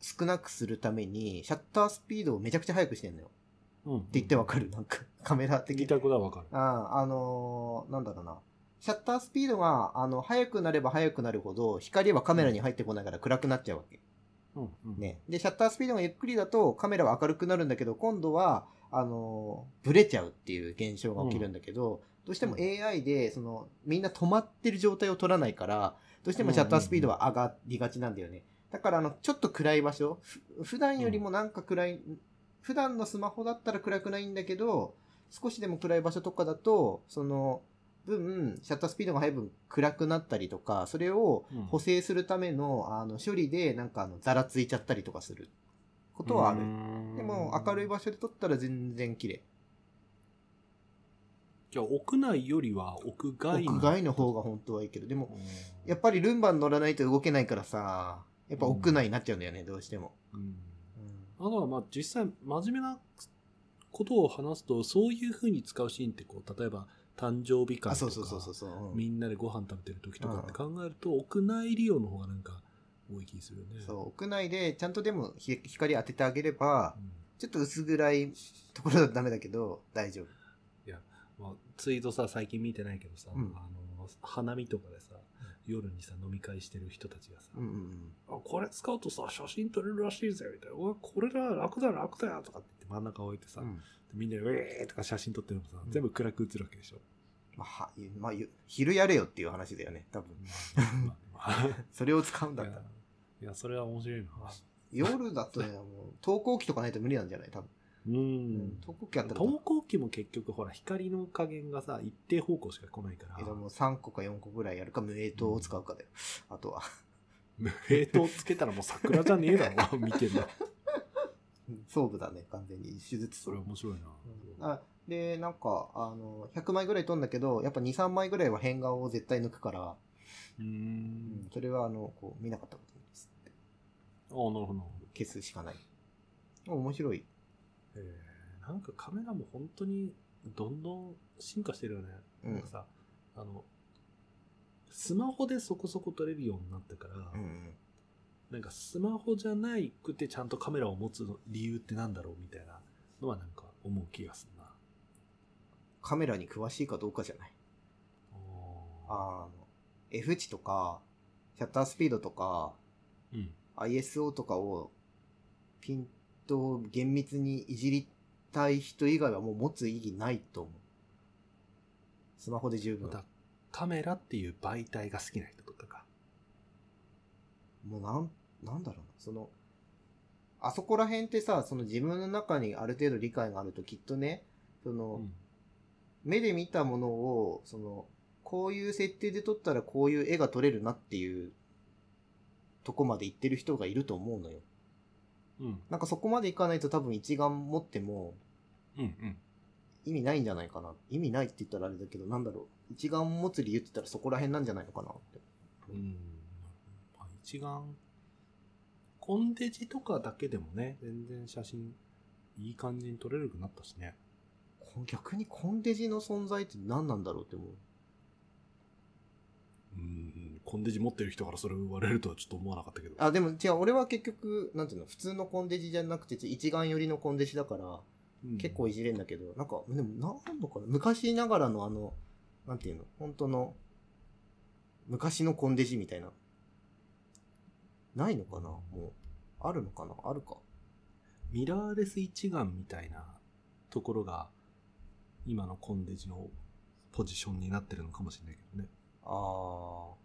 Speaker 2: 少なくするために、シャッタースピードをめちゃくちゃ速くしてんのよ。っ
Speaker 1: うん。って
Speaker 2: 言ってわかるなんか、カメラ的
Speaker 1: 言い
Speaker 2: に
Speaker 1: た。いことはわかる。
Speaker 2: ああ、あのーなんだろうな。シャッタースピードが、あの、速くなれば速くなるほど、光はカメラに入ってこないから暗くなっちゃうわけ。
Speaker 1: うんうん
Speaker 2: ね。で、シャッタースピードがゆっくりだとカメラは明るくなるんだけど、今度は、あのー、ブレちゃうっていう現象が起きるんだけど、どうしても
Speaker 1: うん
Speaker 2: AI で、その、みんな止まってる状態を取らないから、どうしてもシャッタースピードは上がりがちなんだよね。だから、あの、ちょっと暗い場所、ふ普段よりもなんか暗い、普段のスマホだったら暗くないんだけど、少しでも暗い場所とかだと、その、分、シャッタースピードが速い分暗くなったりとか、それを
Speaker 1: うん
Speaker 2: 補正するためのあの処理でなんかあのざらついちゃったりとかすることはあ
Speaker 1: う。
Speaker 2: る
Speaker 1: ーん
Speaker 2: でも明るい場所で撮ったら全然綺麗。
Speaker 1: じゃあ屋内よりは屋外
Speaker 2: 屋外の方が本当はいいけど、でも
Speaker 1: うん
Speaker 2: やっぱりルンバに乗らないと動けないからさ、やっぱ屋内になっちゃうんだよね、どうしても。
Speaker 1: うんあとはまあ実際真面目なことを話すとそういうふうに使うシーンってこう例えば誕生日会
Speaker 2: あ、そ
Speaker 1: と
Speaker 2: うそうそうそう
Speaker 1: か
Speaker 2: そう。うん
Speaker 1: みんなでご飯食べてる時とかって考えると、屋内利用の方がなんか多い気するよね。
Speaker 2: そう、屋内でちゃんとでもひ光当ててあげれば
Speaker 1: う、ん
Speaker 2: ちょっと薄暗いところだとダメだけど、大丈夫。
Speaker 1: まあ、ツイートさ最近見てないけどさ、
Speaker 2: うん
Speaker 1: あの花見とかでさ夜にさ飲み会してる人たちがさ、
Speaker 2: うんうんうん。
Speaker 1: あこれ使うとさ写真撮れるらしいぜみたいなうわこれだ楽だ楽だとかって言って真ん中置いてさ、
Speaker 2: うん
Speaker 1: みんなでウェーとか写真撮ってるのもさ、
Speaker 2: うん
Speaker 1: 全部暗く映るわけで しょ。
Speaker 2: まあ、はまあ、ゆ昼やれよっていう話だよね、多分。
Speaker 1: まあま
Speaker 2: それを使うん
Speaker 1: あ
Speaker 2: だっ
Speaker 1: い
Speaker 2: たら
Speaker 1: や。いやそれは面白いな。
Speaker 2: 夜だとね、もう、投光器とかないと無理なんじゃない多分。
Speaker 1: う
Speaker 2: うん
Speaker 1: ん。
Speaker 2: 投光器あったら多分
Speaker 1: 投、光器も結局ほら光の加減がさ一定方向しか来ないから
Speaker 2: えもう3個か4個ぐらいやるか、無影灯を使うかだよ。あとは。
Speaker 1: ウェイトをつけたらもう桜じゃねえだろ 見てんの
Speaker 2: うん装部だね、完全に。手術
Speaker 1: それ面白いな、
Speaker 2: あで、なんか、あの、100枚ぐらい撮んだけど、やっぱ2、3枚ぐらいは変顔を絶対抜くから、
Speaker 1: うーん
Speaker 2: うんそれは、あの、こう、見なかったことにです。
Speaker 1: ああなるほどなるほど
Speaker 2: 消すしかない。面白い。
Speaker 1: えーなんかカメラも本当にどんどん進化してるよね、
Speaker 2: うん
Speaker 1: なんかさあのスマホでそこそこ撮れるようになったから、
Speaker 2: うん。
Speaker 1: なんかスマホじゃないくてちゃんとカメラを持つ理由ってなんだろうみたいなのはなんか思う気がするな。
Speaker 2: カメラに詳しいかどうかじゃない。
Speaker 1: あ。
Speaker 2: あの、F 値とか、シャッタースピードとか、
Speaker 1: うん。
Speaker 2: ISO とかをピントを厳密にいじりたい人以外はもう持つ意義ないと思う。スマホで十
Speaker 1: ま
Speaker 2: 分。
Speaker 1: たカメラっていう媒体が好きな人とかか。
Speaker 2: もうなん、なんだろうな。その、あそこら辺ってさ、その自分の中にある程度理解があるときっとね、その、
Speaker 1: うん。
Speaker 2: 目で見たものを、その、こういう設定で撮ったらこういう絵が撮れるなっていうとこまで行ってる人がいると思うのよ。
Speaker 1: うん。
Speaker 2: なんかそこまで行かないと多分一眼持っても
Speaker 1: うん。うん。
Speaker 2: 意味ないんじゃないかな。意味ないって言ったらあれだけど、なんだろう。一眼持つ理由って言ったらそこら辺なんじゃないのかなって。
Speaker 1: うん。まあ、一眼、コンデジとかだけでもね、全然写真、いい感じに撮れるようになったしね。
Speaker 2: こ逆にコンデジの存在って何なんだろうって思う。
Speaker 1: うん。コンデジ持ってる人からそれを言われるとはちょっと思わなかったけど。
Speaker 2: あ、でも違う、俺は結局、なんていうの、普通のコンデジじゃなくて、一眼寄りのコンデジだから、
Speaker 1: うん
Speaker 2: 結構いじれんだけど、なんか、でもなんのかな昔ながらのあの、なんていうの、本当の、昔のコンデジみたいな。ないのかなもう。あるのかなあるか。
Speaker 1: ミラーレス一眼みたいなところが、今のコンデジのポジションになってるのかもしれないけどね。
Speaker 2: ああ。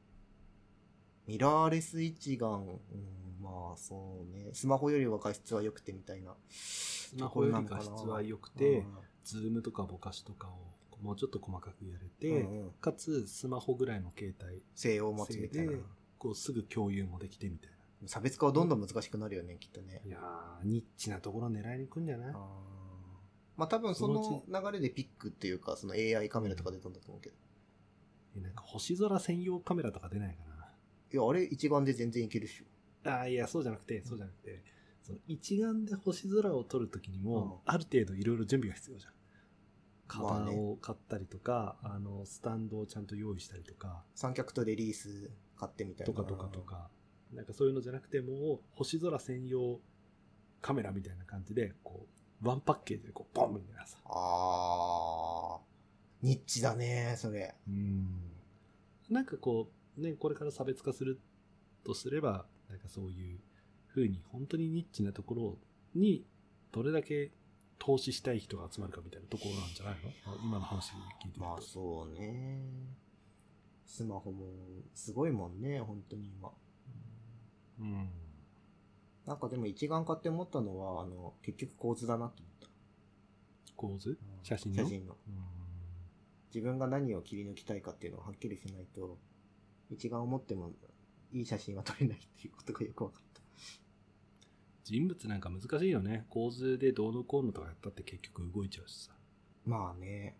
Speaker 2: ミラーレス一眼、うん、まあそうね。スマホよりは画質は良くてみたいな。ス
Speaker 1: スマホより画質は良くて、ズームとかぼかしとかをもうちょっと細かくやれ
Speaker 2: で、
Speaker 1: て、
Speaker 2: うんうん
Speaker 1: かつスマホぐらいの携帯、
Speaker 2: 性を持つみたいな
Speaker 1: 性で。こうすぐ共有もできてみたいな。
Speaker 2: 差別化はどんどん難しくなるよね、きっとね。
Speaker 1: いやー、ニッチなところ狙いに行くんじゃない
Speaker 2: あーまあ多分そ
Speaker 1: そ
Speaker 2: の流れでピックっていうか、その AI カメラとか出たんだと思うけど。
Speaker 1: えなんか星空専用カメラとか出ないか
Speaker 2: いや、あれ一眼で全然いけるっしょ。
Speaker 1: な。あーいや、そうじゃなくて、そうじゃなくて、その一眼で星空を撮るときにも、ある程度いろいろ準備が必要じゃん。
Speaker 2: まあ
Speaker 1: 型
Speaker 2: ね
Speaker 1: を買ったりとか、あの、スタンドをちゃんと用意したりとか、
Speaker 2: 三脚とレリース買ってみたい
Speaker 1: と
Speaker 2: な。
Speaker 1: かとかと。か、なんかそういうのじゃなくて、もう星空専用カメラみたいな感じで、こう、ワンパッケージでこう、ボンみたいなさ。
Speaker 2: あー。ニッチだね、それ。
Speaker 1: うん。なんかこう、ね、これから差別化するとすれば、なんかそういう風に、本当にニッチなところに、どれだけ投資したい人が集まるかみたいなところなんじゃないの今の話聞いてると。
Speaker 2: まあそうね。スマホもすごいもんね、本当に今。
Speaker 1: うん。
Speaker 2: なんかでも一眼買って思ったのは、あの、結局構図だなと思った。
Speaker 1: 構図写真の
Speaker 2: 写真の。
Speaker 1: う
Speaker 2: 自分が何を切り抜きたいかっていうのをはっきりしないと、一眼を持ってもいい写真は撮れないっていうことがよく分かった。
Speaker 1: ん人物なんか難しいよね。構図でどうのこうのとかやったって結局動いちゃうしさ。
Speaker 2: まあね。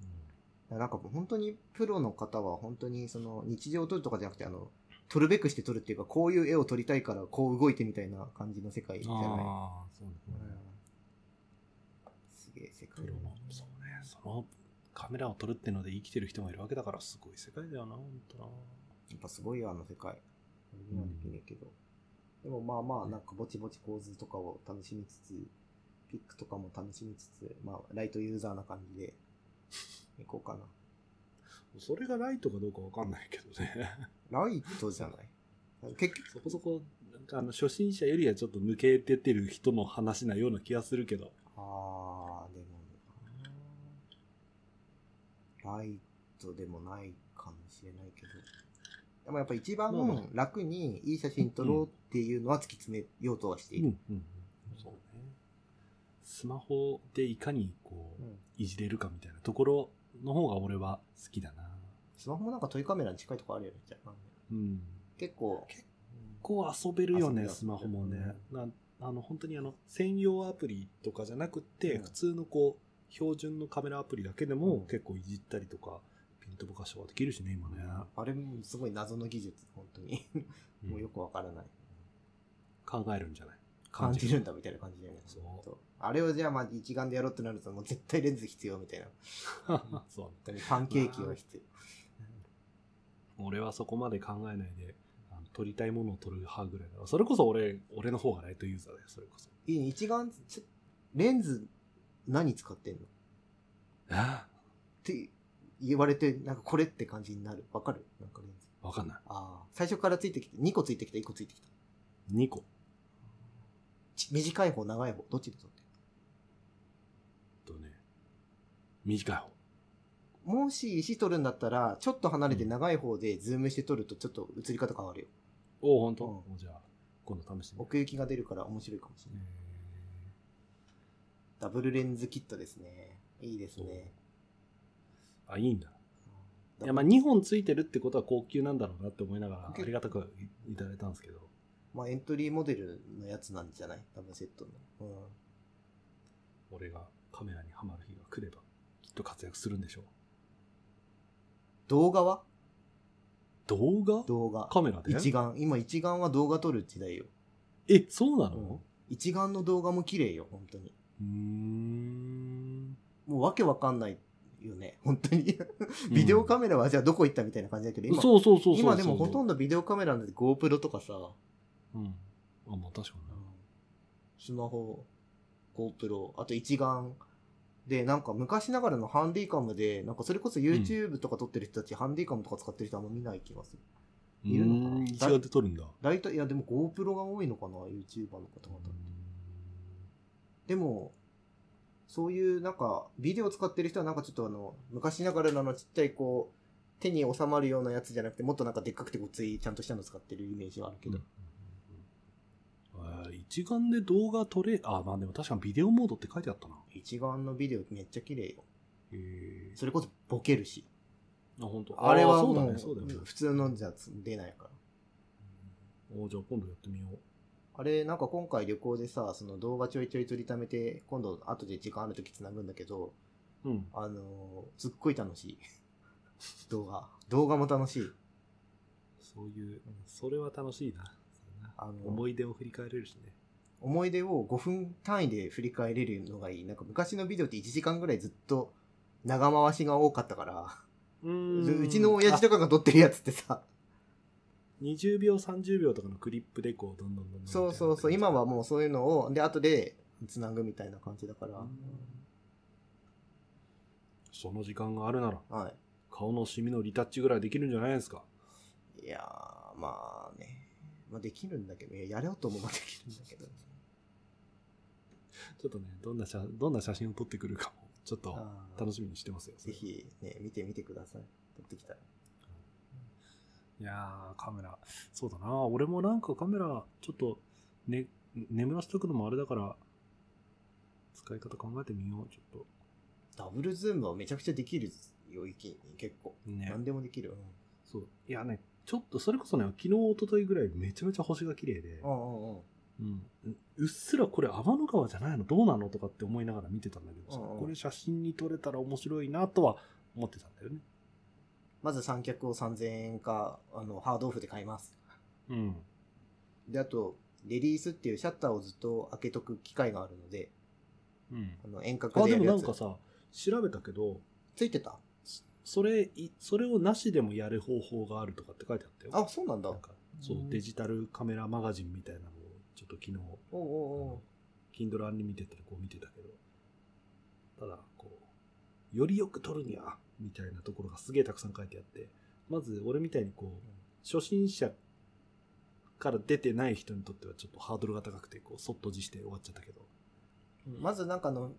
Speaker 1: うん
Speaker 2: なんかもう本当にプロの方は本当にその日常を撮るとかじゃなくて、あの、撮るべくして撮るっていうか、こういう絵を撮りたいからこう動いてみたいな感じの世界じゃない。
Speaker 1: ああ、そうね。
Speaker 2: うんすげえ世界
Speaker 1: プロの、そうね。そのカメラを撮るってので生きてる人もいるわけだから、すごい世界だよな、ほんとな。
Speaker 2: やっぱすごいよ、あの世界。俺にはできないけど。でもまあまあ、なんかぼちぼち構図とかを楽しみつつ、ピックとかも楽しみつつ、まあ、ライトユーザーな感じで、いこうか
Speaker 1: それがライトかどうかわかんないけどね。
Speaker 2: な。ライトじゃない結 局、
Speaker 1: そこそこ、なんかあの、初心者よりはちょっと抜けててる人の話なような気がするけど。
Speaker 2: あー、でも、ライトでもないかもしれないけど。でもやっぱ一
Speaker 1: まあまあ
Speaker 2: 番楽にいい写真撮ろうっていうのは突き詰めようとはしている。、
Speaker 1: うん。そうね。スマホでいかにこう、
Speaker 2: うん
Speaker 1: いじれるかみたいなところの方が俺は好きだな。
Speaker 2: スマホもなんかトイカメラに近いとこあるよね。じゃあ
Speaker 1: うん。
Speaker 2: 結構。
Speaker 1: 結こう遊べるよ
Speaker 2: 遊べ
Speaker 1: ね、
Speaker 2: る
Speaker 1: スマホもね。なあの、本当にあの、専用アプリとかじゃなくって、
Speaker 2: うん
Speaker 1: 普通のこう、標準のカメラアプリだけで
Speaker 2: う
Speaker 1: も
Speaker 2: ん
Speaker 1: 結構いじったりとか、ピントぼかしとかできるしね、今ね。
Speaker 2: あれもすごい謎の技術、本当に。もうよくわからない。
Speaker 1: 考えるんじゃない
Speaker 2: 感じるんだみたいな感じだよね。
Speaker 1: そう
Speaker 2: 本当あれをじゃあまあ一眼でやろうってなるともう絶対レンズ必要みたいな。
Speaker 1: そうね
Speaker 2: 本当にパンケーキは必要。
Speaker 1: 俺はそこまで考えないで、あの撮りたいものを撮る派ぐらいだからそれこそ俺、俺の方がライトユーザーだよ、それこそ。
Speaker 2: いいね一眼、ちょレンズ何使ってんのっ
Speaker 1: あ
Speaker 2: て言われて、なんかこれって感じになる。わかるなんかレンズ。
Speaker 1: わかんない。
Speaker 2: ああ。最初からついてきて、2個ついてきた、1個ついてきた。
Speaker 1: 2個。
Speaker 2: ち短い方、長い方、どっちで撮ってんの
Speaker 1: とね、短い方。
Speaker 2: もし石撮るんだったら、ちょっと離れて長い方でズームして撮るとちょっと映り方変わるよ。
Speaker 1: おお、ほんと、
Speaker 2: うん
Speaker 1: おじゃあ、今度試してみよ
Speaker 2: 奥行きが出るから面白いかもしれ
Speaker 1: う
Speaker 2: ない。ダブルレンズキットですね。いいですね。
Speaker 1: えーあ、いいんだ。
Speaker 2: うん
Speaker 1: いや、まあ、2本ついてるってことは高級なんだろうなって思いながら、あ
Speaker 2: 高級
Speaker 1: りがたくいいただいたんですけど。
Speaker 2: まあ、エントリーモデルのやつなんじゃないダブルセットの。うん。
Speaker 1: 俺がカメラにはまる日が来れば、きっと活躍するんでしょう。
Speaker 2: 動画は
Speaker 1: 動画
Speaker 2: 動画。
Speaker 1: カメラで
Speaker 2: 一眼。今一眼は動画撮る時代よ。
Speaker 1: え、そうな
Speaker 2: うん
Speaker 1: の
Speaker 2: 一眼の動画も綺麗よ、本当に。
Speaker 1: うーん。
Speaker 2: もうわけわかんないよね、本当に。ビデオカメラはじゃあどこ行ったみたいな感じだけど、今、
Speaker 1: そうそうそうそうそう。
Speaker 2: 今でもほとん
Speaker 1: ど。
Speaker 2: どビデオカメラなんで GoPro とかさ、
Speaker 1: うん。あ、まあ確かにね。
Speaker 2: スマホ、GoPro、あと一眼。で、なんか昔ながらのハンディカムで、なんかそれこそ YouTube とか撮ってる人たち、ハンディカムとか使ってる人あんま見ない気がする。いるのかな
Speaker 1: うーん一眼で撮るんだ。
Speaker 2: 大体、いやでも GoPro が多いのかな、YouTuber の方々。でも、そういうなんか、ビデオ使ってる人はなんかちょっとあの、昔ながらのあのちっちゃいこう、手に収まるようなやつじゃなくて、もっとなんかでっかくてごついちゃんとしたの使ってるイメージはあるけど。
Speaker 1: うんうんうんあー一眼で動画撮れ、あ、まあでも確かにビデオモードって書いてあったな。
Speaker 2: 一眼のビデオめっちゃ綺麗よ。
Speaker 1: へえ。
Speaker 2: それこそボケるし。
Speaker 1: あ、本当。
Speaker 2: あれは
Speaker 1: そ
Speaker 2: も
Speaker 1: うだ
Speaker 2: う
Speaker 1: ね、そうだよね。
Speaker 2: 普通のじゃ出ないから。
Speaker 1: おじゃあ今度やってみよう。
Speaker 2: あれ、なんか今回旅行でさ、その動画ちょいちょい撮りためて、今度後で時間ある時つなぐんだけど、
Speaker 1: うん。
Speaker 2: あのーすっごい楽しい。 動画。動画も楽しい。
Speaker 1: そういう、それは楽しいな。
Speaker 2: あのー
Speaker 1: 思い出を振り返れるしね。
Speaker 2: 思い出を5分単位で振り返れるのがいい。なんか昔のビデオって1時間ぐらいずっと長回しが多かったから、
Speaker 1: う
Speaker 2: う
Speaker 1: ーん
Speaker 2: ちの親父とかが撮ってるやつってさ、
Speaker 1: 20秒、30秒とかのクリップでこう、どんどんどんどん。
Speaker 2: そうそうそう、今はもうそういうのを、で、後で繋ぐみたいな感じだから、
Speaker 1: その時間があるなら、
Speaker 2: は
Speaker 1: 顔のシミのリタッチぐらいできるんじゃないですか。
Speaker 2: い。いやー、まあね。まあ、できるんだけど、いや、やろうと思えばできるんだけど。
Speaker 1: ちょっとね、どんな写、どんな写真を撮ってくるかも、ちょっと
Speaker 2: あー
Speaker 1: 楽しみにしてますよ。そ
Speaker 2: ぜ
Speaker 1: れ
Speaker 2: ひ、ね、見てみてください。撮ってきたら。
Speaker 1: いやー、カメラ、そうだな。俺もなんかカメラ、ちょっと、ね、眠らせとくのもあれだから、使い方考えてみよう、ちょっと。
Speaker 2: ダブルズームはめちゃくちゃできるよ、一気に。結構。
Speaker 1: ね。
Speaker 2: 何でもできる。うん
Speaker 1: そう。いやね、ちょっと、それこそね、昨日、一昨日ぐらいめちゃめちゃ星が綺麗で
Speaker 2: う、んうんうん。
Speaker 1: うん。うっすらこれ天の川じゃないのどうなのとかって思いながら見てたんだけどさ、
Speaker 2: うんうん
Speaker 1: これ写真に撮れたら面白いなとは思ってたんだよね。
Speaker 2: まず三脚を3000円か、あの、ハードオフで買います。
Speaker 1: うん。
Speaker 2: で、あと、レリースっていうシャッターをずっと開けとく機械があるので、
Speaker 1: うん。
Speaker 2: あの、遠隔
Speaker 1: あ、
Speaker 2: で
Speaker 1: で
Speaker 2: や
Speaker 1: も
Speaker 2: る
Speaker 1: な
Speaker 2: や
Speaker 1: ん
Speaker 2: つ
Speaker 1: か。さ、調べたけど、
Speaker 2: ついてた
Speaker 1: それい、それをなしでもやる方法があるとかって書いてあったよ。
Speaker 2: あ、そうなんだ。
Speaker 1: なんか、そうう、
Speaker 2: ん
Speaker 1: デジタルカメラマガジンみたいなのを、ちょっと昨日、
Speaker 2: おうおうおう
Speaker 1: Kindle Unlimited でこう見てたけど、ただ、こう、よりよく撮るには、みたいなところがすげえたくさん書いてあって、まず俺みたいにこう、初心者から出てない人にとってはちょっとハードルが高くて、こう、そっとじして終わっちゃったけど。
Speaker 2: まずなんかあの、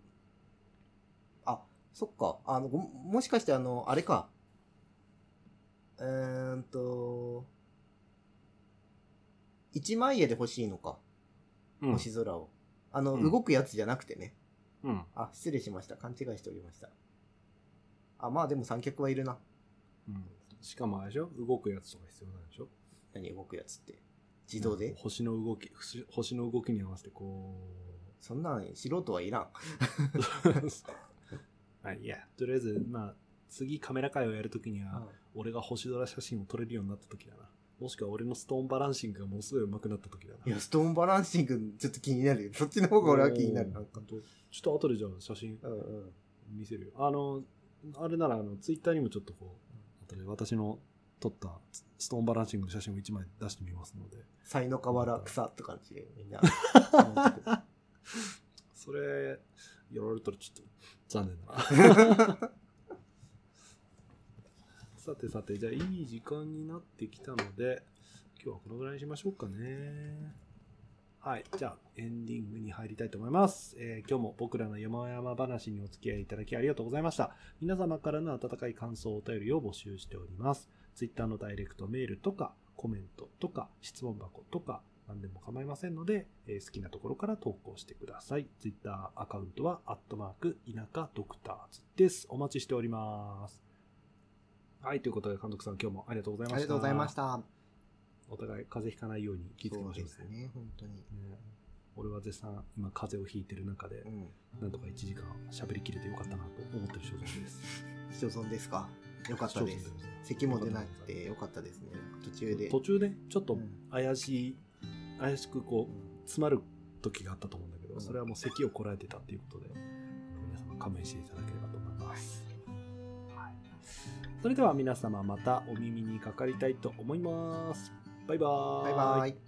Speaker 2: あ、そっか。あの、ごもしかしてあの、あれか。うーんと、一枚絵で欲しいのか。
Speaker 1: うん
Speaker 2: 星空を。あの、
Speaker 1: うん
Speaker 2: 動くやつじゃなくてね。
Speaker 1: うん。
Speaker 2: あ、失礼しました。勘違いしておりました。あ、まあでも三脚はいるな。
Speaker 1: うん。しかもあれでしょ動くやつとか必要なんでしょ
Speaker 2: 何動くやつって。自動で、
Speaker 1: 星の動き、星星の動きに合わせてこ
Speaker 2: そんなん素人はいらん。
Speaker 1: う。はい、いや、とりあえず、まあ、次カメラ会をやるときには、俺が星空写真を撮れるようになった時だな。もしくは俺のストーンバランシングがものすごい上手くなった時だな。
Speaker 2: いや、ストーンバランシングちょっと気になるよ。そっちの方が俺は気になる。なんか
Speaker 1: おー。ほんとちょっと後でじゃあ写真
Speaker 2: うんうん。
Speaker 1: 見せるよ。あの、あれならあの、ツイッターにもちょっとこう、後で私の撮ったストーンバランシングの写真を1枚出してみますので、
Speaker 2: 才の河原草とかのでみん な。
Speaker 1: それ、やられたらちょっと残念だな。 さてさて、じゃあいい時間になってきたので、今日はこのぐらいにしましょうかね。はい、じゃあエンディングに入りたいと思います。えー今日も僕らの山々話にお付き合いいただきありがとうございました。皆様からの温かい感想、お便りを募集しております。Twitter のダイレクトメールとか、コメントとか、質問箱とか、何でも構いませんので、えー好きなところから投稿してください。Twitter アカウントは、アットマーク、田舎ドクターズです。お待ちしております。はい、ということで、監督さん、今日もありがとうございました。。
Speaker 2: ありがとうございましたた。
Speaker 1: お互い風邪ひかないように気をつけましょう
Speaker 2: そうですね、本当に。
Speaker 1: ね俺は絶賛今風邪をひいてる中で
Speaker 2: うん。
Speaker 1: なんとか1時間喋りきれてよかったなと思ってる所存です
Speaker 2: 所存ですかよかったです
Speaker 1: 所存です。
Speaker 2: 咳も出なくてよかったですね。途中で。
Speaker 1: 途中ねちょっ
Speaker 2: う
Speaker 1: と
Speaker 2: ん
Speaker 1: 怪しい怪しくこう詰まる時があったと思うんだけ
Speaker 2: う
Speaker 1: ど
Speaker 2: ん
Speaker 1: それはもう咳をこらえてたっていうことで皆様勘弁していただければと思いますはいそれでは皆様またお耳にかかりたいと思いますバイバー
Speaker 2: バイバイ。